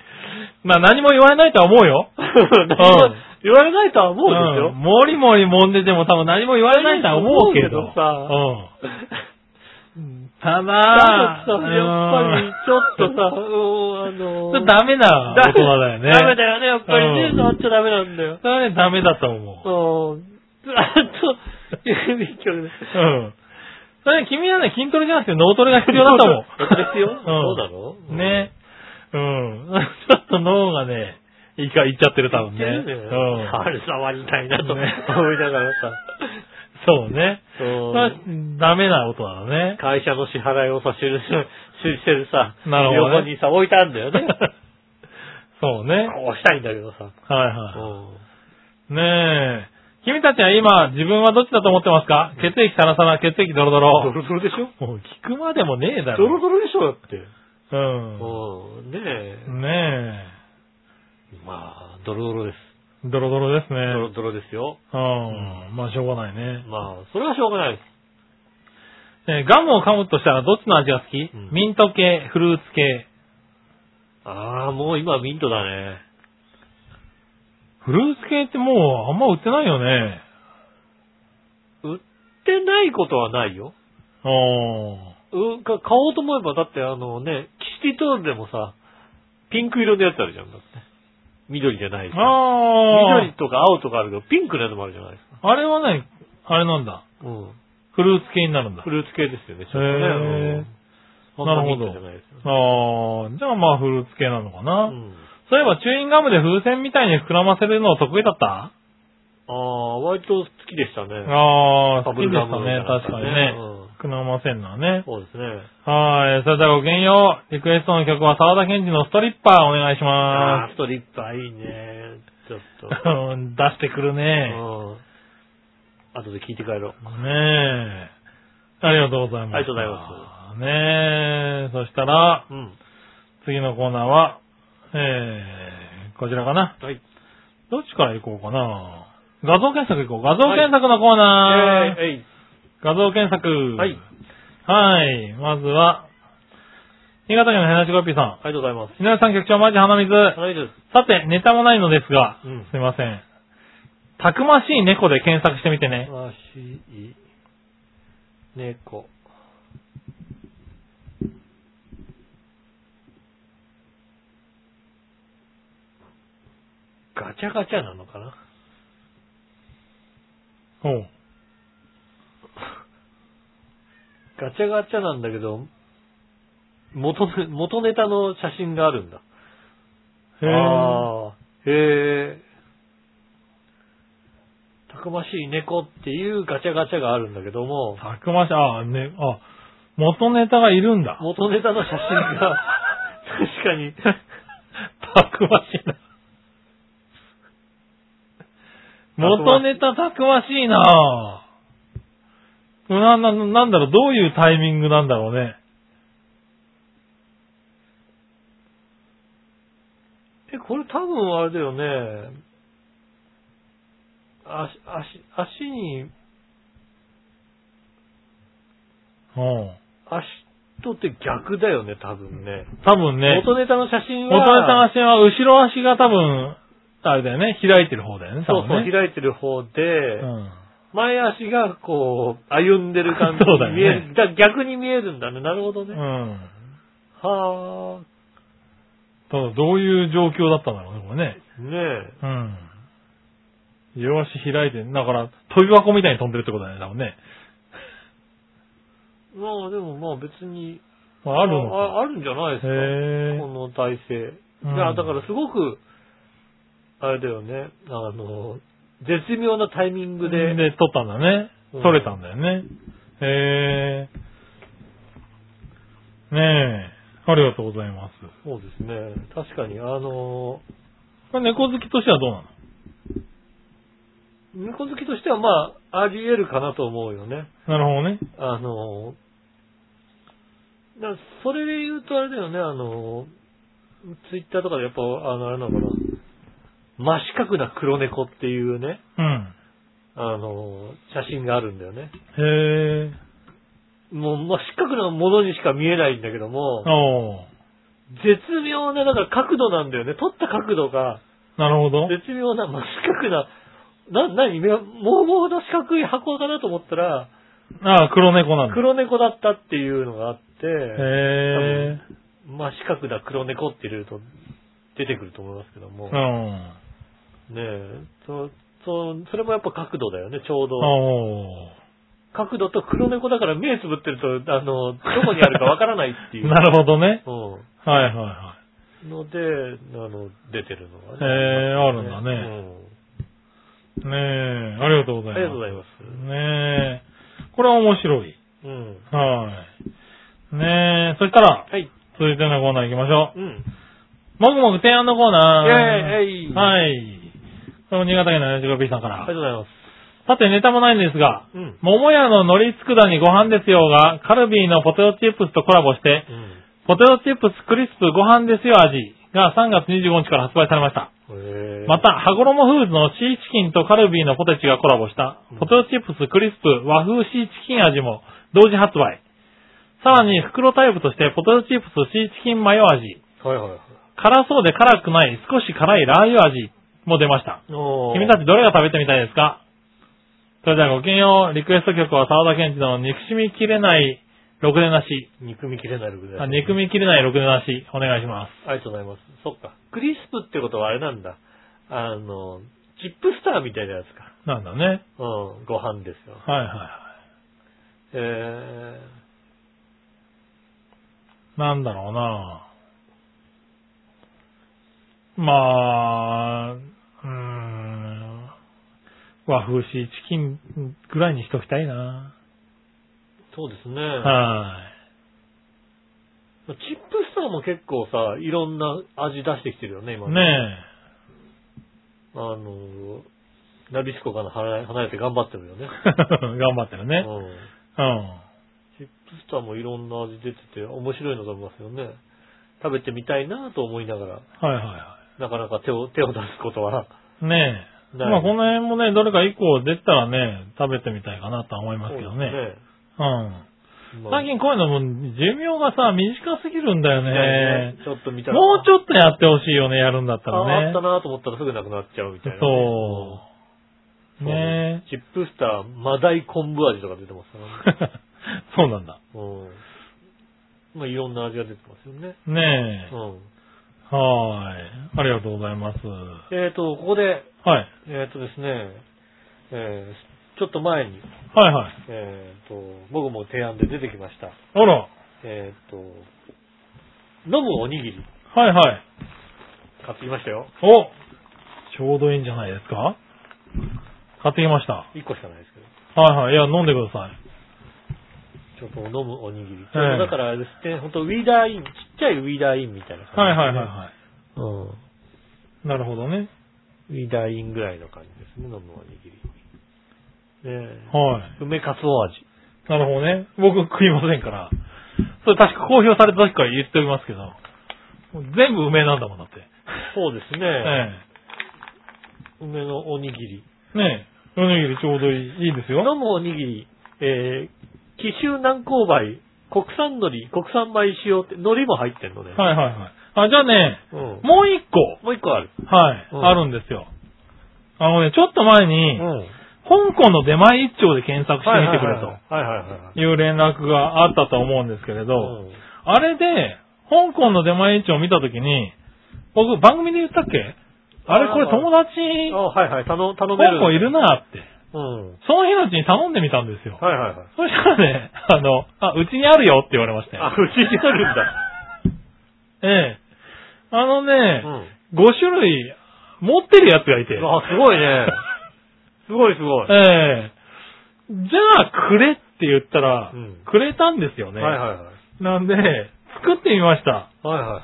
まあ何も言われないとは思うよ。何も言われないとは思うでしょ、んもりもり揉んでても多分何も言われないとは思うけど。言わうん。だただ、けどさ、やっぱりちょっとさ、うんうあんの、ダメな大人だよね。ダメだよね、やっぱりね、うん触っちゃダメなんだよ。それはね、ダメだと思う。そう、ずらっと、郵便局で。うん。それは君はね、筋トレじゃなくて脳トレが必要だと思う。ですよ。うんそうだろね。うん。 (laughs) ちょっと脳がね、いか、いっちゃってる多う分ん。ね。ねうん。あれ触りたいなと思いねながらさ。そうね。そうまあダメな音なのね。会社の支払いをさ、しる、ししてるさ、なるほどね横にさ、置いたんだ (laughs) よね。そうね。押したいんだけどさ。はいうはんい。ねえ。君たちは今、自分はどっちだと思ってますか血液サラサラ、血液ドロドドロ。ロドロでしょもう聞くまでもねえだドロろ。ドロでしょだって。ううん。ねえ。ん。ねまあ、ドロドロです。え。ドロドロですね。ドロドロですよ。うん。まあ、しょうがないね。まあ、それはしょうがないでえーガムを噛むとしたらどっちの味が好き、うんミント系、フルーツ系。す。ああ、もう今ミントだね。フルーツ系ってもうあんま売ってないよね。売ってないことはないよ。あうん、か買おうと思えば、だってあのね、キシティトールでもさ、ピンク色のやつあるじゃん、だって。緑じゃないーし。あ緑ー。とか青とかあるけど、ピンクのやつもあるじゃないですか。あれはね、あれなんだ。うん。フルーツ系になるんだフ。ルーツ系ですよね、ちょっとへーね。うんなるほあんまミンどトじゃないですよ。ああ、じゃあまあフルーツ系なのかな。うんそういえばチューインガムで風船みたいに膨らませるの得意だった、ああ、割と好きでしたね。ああ、好パきブでしルたガムね、確かにね。うん膨らませるのはね。そうですね。はい、それではごきげんよう。リクエストの曲は沢田健二のストリッパーお願いしあまあ、ストリッパーいいね。ちょっす。と。うん出してくる (laughs) ね。うん。後で聞いて帰ろう。ねえ。ありがとうございます。。ありがとうございますねえ。そしたら、うん。次のコーナーは、えー、こちらかな。はい。どっちから行こうかな。画像検索行こう。画像検索のコーナー。えいえい画像検索。はい。はい。まずは、新潟県のヘナチコピーさん。ありがとうございます。井上さん局長、マジ鼻水。はいです。さて、ネタもないのですが、うんすいません。たくましい猫で検索してみてね。わしい、猫。ガチャガチャなのかなおうガチャガチャなんだけど、元ネ、元ネタの写真があるんだ。へーあーへーたくましい猫っていうガチャガチャがあるんだけども、たくましい、あ、ね、あ、元ネタがいるんだ。元ネタの写真が、確かに、 (laughs) たくましいな。元ネタたくましいなな、な、なんだろう、どういうタイミングなんだろうね。え、これ多分あれだよね。足、足、足に、うん。足とって逆だよね、多分ね。多分ね、元元ネタの写真ネは、タの足は後ろ足が多分、あれだよね、開いてる方だよね、多そう分そう、ね。開いてる方で、うん。前足がこう、歩んでる感じ (laughs) そうだに見よえる。ねだ逆に見えるんだね。なるほどね。うん。はただ、どういう状況だったんだろうね、これね。あ、ねうん。両足開いて、だから、飛び箱みたいに飛んでるってことだよね、多分ね。え。まあでもまあ別に、まあ、あるのああか。あるんじゃないですか。へこーの体勢。うんいやだからすごく、あれだよね、あの、絶妙なタイミングで、で、取ったんだね。うん取れたんだよね。へえ。ねえ。ありがとうございます。そうですね、確かに、あの、これ猫好きとしてはどうなの猫好きとしてはまあ、あり得るかなと思うよね。なるほどね。あの、だからそれで言うとあれだよね、あの、ツイッターとかでやっぱ、あの、あれなのかな、真四角な黒猫っていうね、うん。あの、写真があるんだよね。へえ。もう真四角なものにしか見えないんだけども、おー絶妙な、だから角度なんだよね。撮った角度が、なるほど。絶妙な、まあ、四角な、な、なに、もうもうの四角い箱かなと思ったら、ああ、黒猫なんだ。黒猫だったっていうのがあっへて、え。まあ、四角だ黒猫って入れると出てくると思いますけども、うねん。え、そ、そ、それもやっぱ角度だよね、ちょうど。おー角度と黒猫だから目つぶってると、あの、どこにあるかわからない (laughs) っていう。なるほどね。うん。はいはいはので、あの、出てるのがへえあるんだねうんい。ねえ。ありがとうございます。ありがとうございます。ねえ。これは面白い。うん。はい。ねえ。そしたら、はい。続いてのコーナー行きましょう。うん。もぐもぐ提案のコーナー。イェーイはい。これも新潟県の七五 P さんかありがとうら。ございます。さて、ネタもないんですが、うん。桃屋の海苔佃煮ご飯ですよが、カルビーのポテトチップスとコラボして、ポテトチップスクリスプご飯ですよ味が3月25日から発売されました。うん。ま、た、羽衣フーズのシーチキンとカルビーのポテチがコラボしたうん、ポテトチップスクリスプ和風シーチキン味も同時発売。さらに、袋タイプとして、ポテトチップスシーチキンマヨ味、はいはいはい。辛そうで辛くない少し辛いラー油味も出ました。おー君たちどれが食べてみたいですかそれではごきげんよう。リクエスト曲は沢田健二の憎しみきれないろくでなし。憎みきれないぐらい。あ憎。みきれないろくでなし。お願いしまありがとうございます。そっか。クリスプってことはあれなんだ。あの、チップスターみたいなやつか。す。なんだね。うん。ご飯ですよ。はいはいはえい。なんだろうなまあ、うーん。和風シーチキンぐらいにしときたいな。ー、そうですね。はチップスターも結構さ、いろんな味出してきてるよね、今い。ね (laughs) あの、ナビスコから離れ離れて頑張ってるよね。え。頑張ってるね。うん。うん。チップスターもいろんな味出てて面白いのがありますよね。食べてみたいなと思いながら。はいはいはなかなか手を、手を出すことは。ねえ。ないまあ、この辺もね、どれか一個出たらね、食べてみたいかなとは思いますけどね。うん。まあ最近こういうのも寿命がさ、短すぎるんだよみたいねね。ちょっと見たら。もうちょっょっとやってほしいよね、やるんだったああらっねた。なと思ったらすぐなくなっちゃうみたいな。そう。ねチップスター、マダイ昆布味とか出てますからね。 (laughs) え。そうなんだ。うん。まあ、いろんな味が出てますよね。ねうん。え。はーい。ありがとうございます。はえっ、と、ここで、い。えっ、とですね、えーちょっと前に、はいはい。えっ、と、僕も提案で出てきました。あら。えっ、と、飲むおにぎり、はいはい。買ってきましたよ。おちょうどいいんじゃないですか買ってきました。 1個しかないですけど。はいはい。いや、飲んでください。ちょっと飲むおにぎり。ちえょえっとだからですね、ほんとウィーダーイン、ちっちゃいウィーダーインみたいな感じ、はいはいはいはうん。い。なるほどね。ウィーダーインぐらいの感じですね、飲むおにぎり。ねえはい。梅かつお味。なるほどね。僕食いませんから。それ確か公表された時から言っておりますけど、全部梅なんだもんだって。そうですえね。梅のおにぎり。え。ねえ。おにぎりちょうどいいいいですよ。飲むおにぎり、えー、紀州南高梅、国産海苔、国産米塩って、海苔も入ってんのね。はいはいはい。あ、じゃあね、うん。もう一個、もう一個ある。はい、うんあるんですよ。あのね、ちょっと前に、ん。香港の出前一丁で検索してはいみはいてくはいれはい。はいはいはいはい。という連絡があったと思うんですけれど、うんあれで、香港の出前一丁を見たときに、僕番組で言ったっけあれこれ友達あ、はいはい。頼、頼め香る。港いるなって。うん。その日のうちに頼んでみたんですよ。はいはいはい。そしたらね、あの、あ、うちにあるよって言われましたあ、よ。うちにあるんだ。ええ。あのうね、ん。 5種類持ってるやつがいて。あ、すごい (laughs) ね。すごいすごい。ええ。じゃあ、くれって言ったら、うんくれたんですよね。はいはいはい。なんで、作ってみました。はいは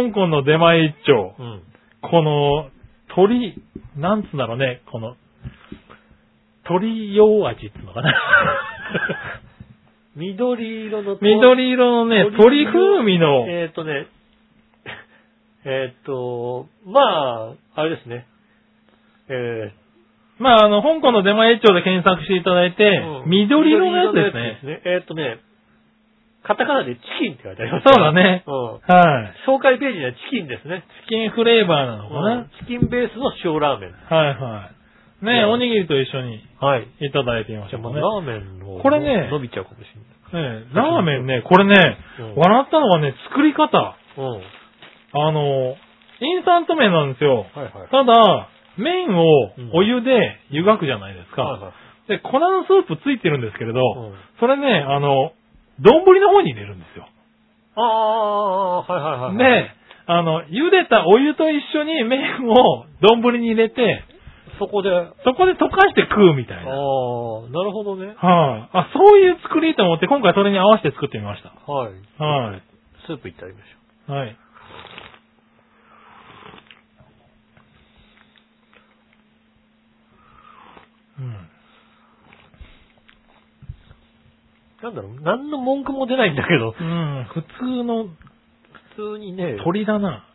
い。香港の出前一丁。うん。この、鳥、なんつうんだろうね、この、鳥用味っていうの (laughs) かな。緑色のと緑色のね、鳥風味の、えっ、とね、 (laughs) えっ、と、まあ、あれですね。えまあ、あの、香港の出前一丁で検索していただいて、うん緑色のやつです緑色のやねつ。ですねえっ、とね、カタカナでチキンって書いてあります。そうだねうん。はい。紹介ページにはチキンですね。チキンフレーバーなのかうんチキンベースの塩ラーメン。な。はいはい。ねねおにぎりと一緒にはい。いただいてみましじゃょあうもかうね。ラーメンの、これね伸びちゃうかもしれええラーメンね、これね、うん笑ったのはね、作り方。ない。うん。あの、インスタント麺なんですよ。はいはい。ただ、麺をお湯で湯がくじゃないですか。はいはいで、粉のスープついてるんですけれど、うんそれね、あの、丼の方に入れるんですよ。ああ、はいはいはい。で、あの、茹でたお湯と一緒に麺を丼に入れて、そこで、あそこで溶かして食うみたあいーな。、なるほどね。はい、あ。そういう作りと思って、今回それに合わせて作ってみました。はい。はい。スープいってあげましょはい。うん。う。なんだろう、何の文句も出ないんだけど、うん、普通の普通にね、鳥だな。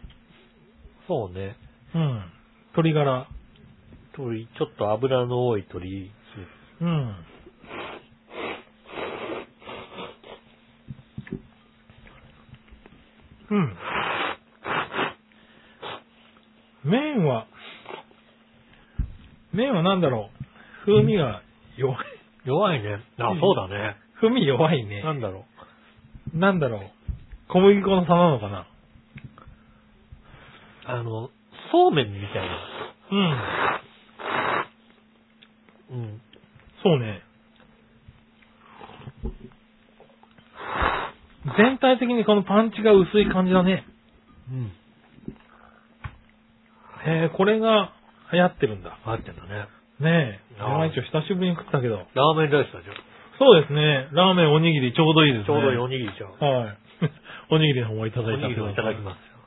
そうね、うん。鳥柄。鳥、ちょっと油の多い鳥、うん。うん。麺は、麺はなんだろう。風味が弱い。弱いね。あ、そうだね。風味弱いねな。んだろなんだろう。小麦粉の差なのかな。う、あの、そうめんみたいな。うん。うん。そうね。全体的にこのパンチが薄い感じだね。うん。へえ、これが流行ってるんだ。合ってんだね。ねえ。あー山一応久しぶりに食ったけど。ラーメンライスだじゃそうですね。ラーメンおにぎりちょうどいいですね。ちょうどいいおにぎりじゃん。はい。おにぎりの方もいただおいにた。ぎりをいただきますすよ。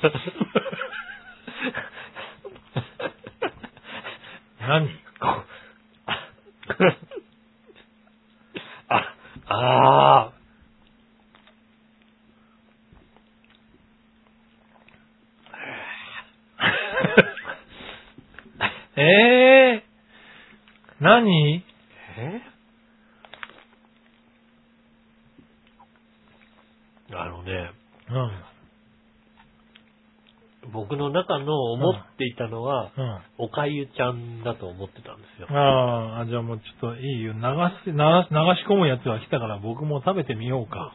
(laughs) 何 (laughs) あ、あええー、何えあのね、うん。僕の中の思っていたのは、うん。おかゆちゃんだと思ってたんですよ。ああ、じゃあもうちょっといいよ。流し、流し、流し込むやつが来たから僕も食べてみようか。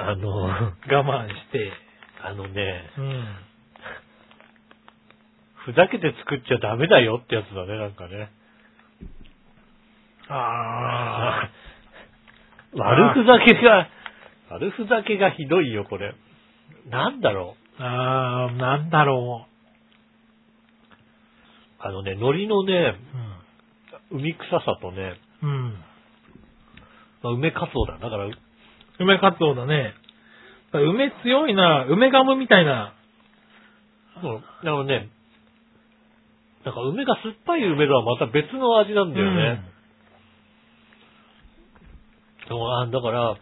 あの、我慢して。あのね、うん。ふざけて作っちゃダメだよってやつだね、なんかね。ああ。悪ふざけが、悪ふざけがひどいよ、これ。なんだろう。ああ、なんだろあのね、海苔のね、う。うん。海臭さとね、うん。まあ梅かそうだ。だから、梅カツオだね。梅強いな。梅ガムみたいな。そうあのね、なんか梅が酸っぱい梅とはまた別の味なんだよね。そうあだから、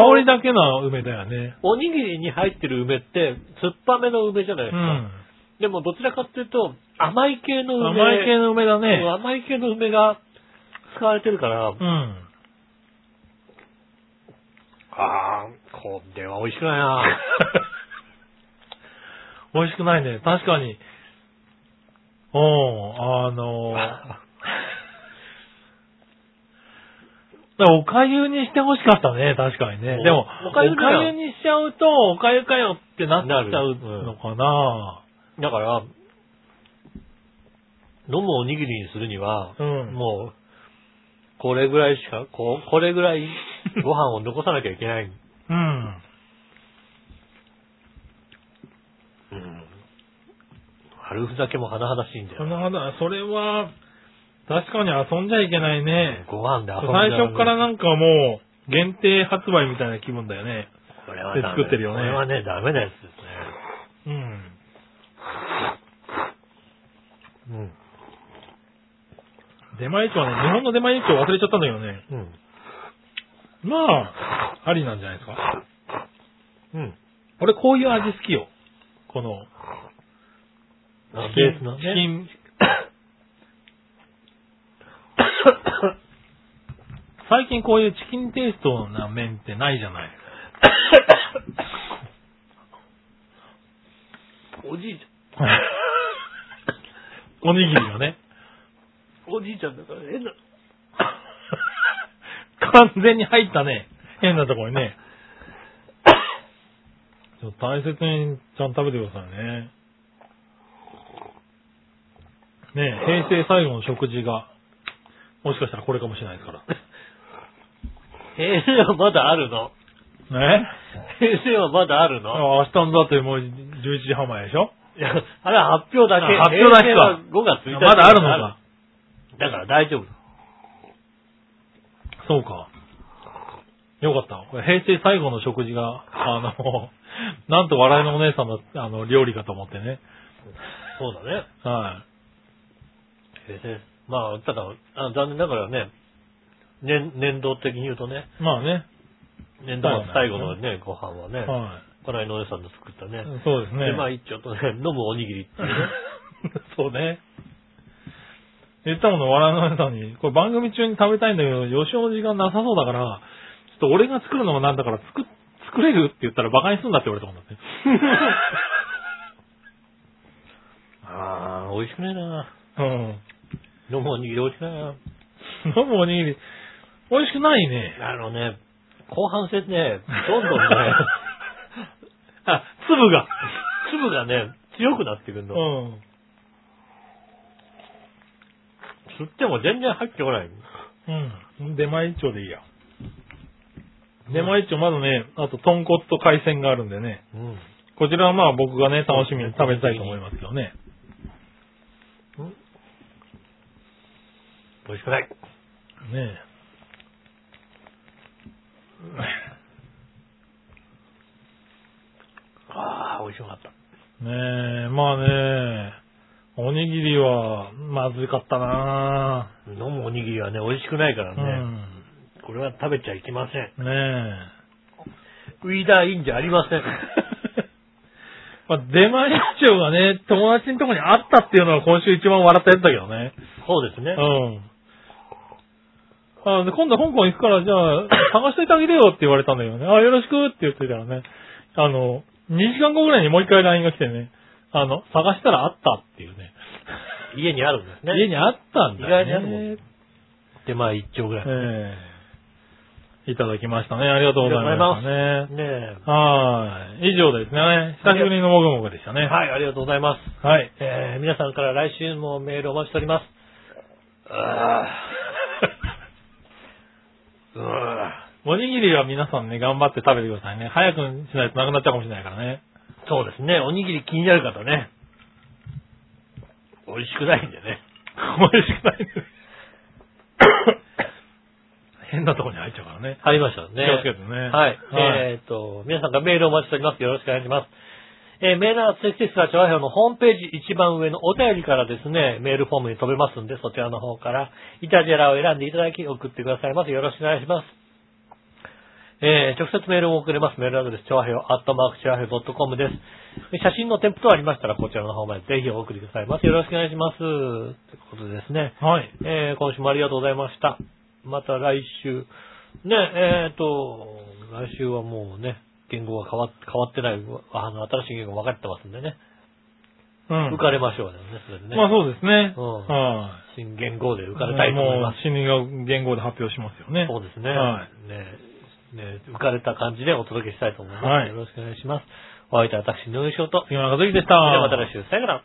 香りだけの梅だよね。おにぎりに入ってる梅って、酸っぱめの梅じゃないうですか。ん。でも、どちらかっていうと、甘い系の梅。甘い系の梅だそねう。甘い系の梅が使われてるから、うん。あー、これは美味しくないな (laughs) 美味しくないね。確かに。うん、あのー、 (laughs) だからおかゆにして欲しかったね、確かにね。そうでも、おおかかゆゆだよにしちゃうと、おかゆかよってなっちゃうのかな。だから、飲むおにぎりにするには、うんもう、これぐらいしか、ここれぐらいご飯を残さなきゃいけない。うん。うん。悪ふざけも甚だしいんだそよんなな。ことはそれは、確かに遊んじゃいけないね。ご飯で遊んじゃう最初からなんかもう、限定発売みたいな気分だよね。これはダメ作ってるよねこれはね、ダメなやつですうん。ね。出前帳ね、日本の出前帳忘れちゃったんだけどね。うん。うん。まあ、ありなんじゃないですか。うん。俺こういう味好きよ。この、あチキンベースのね。 (coughs) チキン最近こういうチキンテイストな麺ってないじ (laughs) ゃない。おじいちおにぎりがね。ゃん、おじいちゃんだから変な、 (laughs) 完全に入ったね。変なところにね。ちょっと大切にちゃんと食べてくださいね。ねえ、平成最後の食事が、もしかしたらこれかもしれないですから。平成はまだあるのね平成はまだあるあの明日のだってもう11時半前でしょいや、あれは発表だけ。あ発表だ平成けかは5月1日。まだあるのか。。だから大丈夫。そうか。よかった。これ平成最後の食事が、あの、なんと笑いのお姉さんのあの料理かと思ってね。そうだね。は平成。まあ、ただ、あ残念ながらね、年、年度的に言うとね、い。まあね。年度末最後のね、ご飯はね、は笑いのお姉さんの作った (laughs) ね。い。そうですね。で、まあ一丁とね、飲むおにぎりっていうね。 (laughs) そうね。言ったもの笑わないのに、これ番組中に食べたいんだけど、予習の時間なさそうだから、ちょっと俺が作るのもなんだから作、作れるって言ったら馬鹿にすんだって言われたもんだって。ああ、美味しくないなうん。 (laughs) 飲むおにぎり美味しくないな飲むおにぎり、美味しくないね。あのね、後半戦ね、どんどん (laughs) ね、あ、粒が。粒がね、強くなってくるの。うん。吸っても全然入ってこない。うん。出前一丁でいいや。出前一丁まだね、あと豚骨と海鮮があるんでね。うん。こちらはまあ僕がね、楽しみに食べたいと思いますけどね。美味しくない。ねああ、美味しくなかった。え。ねえ、まあねおにぎりは、まずかったな飲むおにぎりはね、美味しくないからぁ。うね、これは食べちゃいけません。ん。ね (laughs) え。ウィーダーインじゃありません。まあ、出前ラジオがね、友達のとこにあったっていうのは今週一番笑ったやつだけどね。そうですね。うん。あで今度香港行くから、じゃあ、探しといてあげてよって言われたんだけどね。あ、よろしくって言ってたらね、あの、2時間後ぐらいにもう一回 LINE が来てね、あの、探したらあったっていうね。家にあるんですね。家にあったんだよね。意外にあるもん手前一丁ぐらい。ええいただきましたね。ありがとうございましたね。ねえ。はい。以上ですね。久しぶりのもぐもぐでしたね。はい、ありがとうございます。はい。えー皆さんから来週もメールお待ちしております。あーうわおにぎりは皆さんね、頑張って食べてくださいね。早くしないとなくなっちゃうかもしれないからね。ーそうですね、おにぎり気になる方ね。美味しくないんで (laughs) ね。美味しくないね。変なとこに入っちゃうからね。入りましたね。気をつけてね。はい。はい。えっ、と、皆さんからメールをお待ちしております。よろしくお願いします。えーメールはセキセスラチョアヘオのホームページ一番上のお便りからですね、メールフォームに飛べますんで、そちらの方から、イタジェラを選んでいただき、送ってくださいます。よろしくお願いします。えー直接メールを送れます。メールアドレス、チョアヘオ、アットマークチョアヘオ .com です。で写真の添付等ありましたら、こちらの方までぜひお送りくださいます。よろしくお願いします。ということでですね。はい。えー今週もありがとうございました。また来週。ね、えっ、と、来週はもうね、言語が変わっ変わってない、あの、新しい言語分かってますんでね。うん。浮かれましょうね、それでね。まあそうですね。うんはい。新言語で浮かれたいと思いもうます。死にが言語で発表しますよね。そうですね。はねね浮かれた感じでお届けしたいと思います。はいよろしくお願いします。お相手は私、井上翔と。杉村和之でした。ではまた来週。さよなら。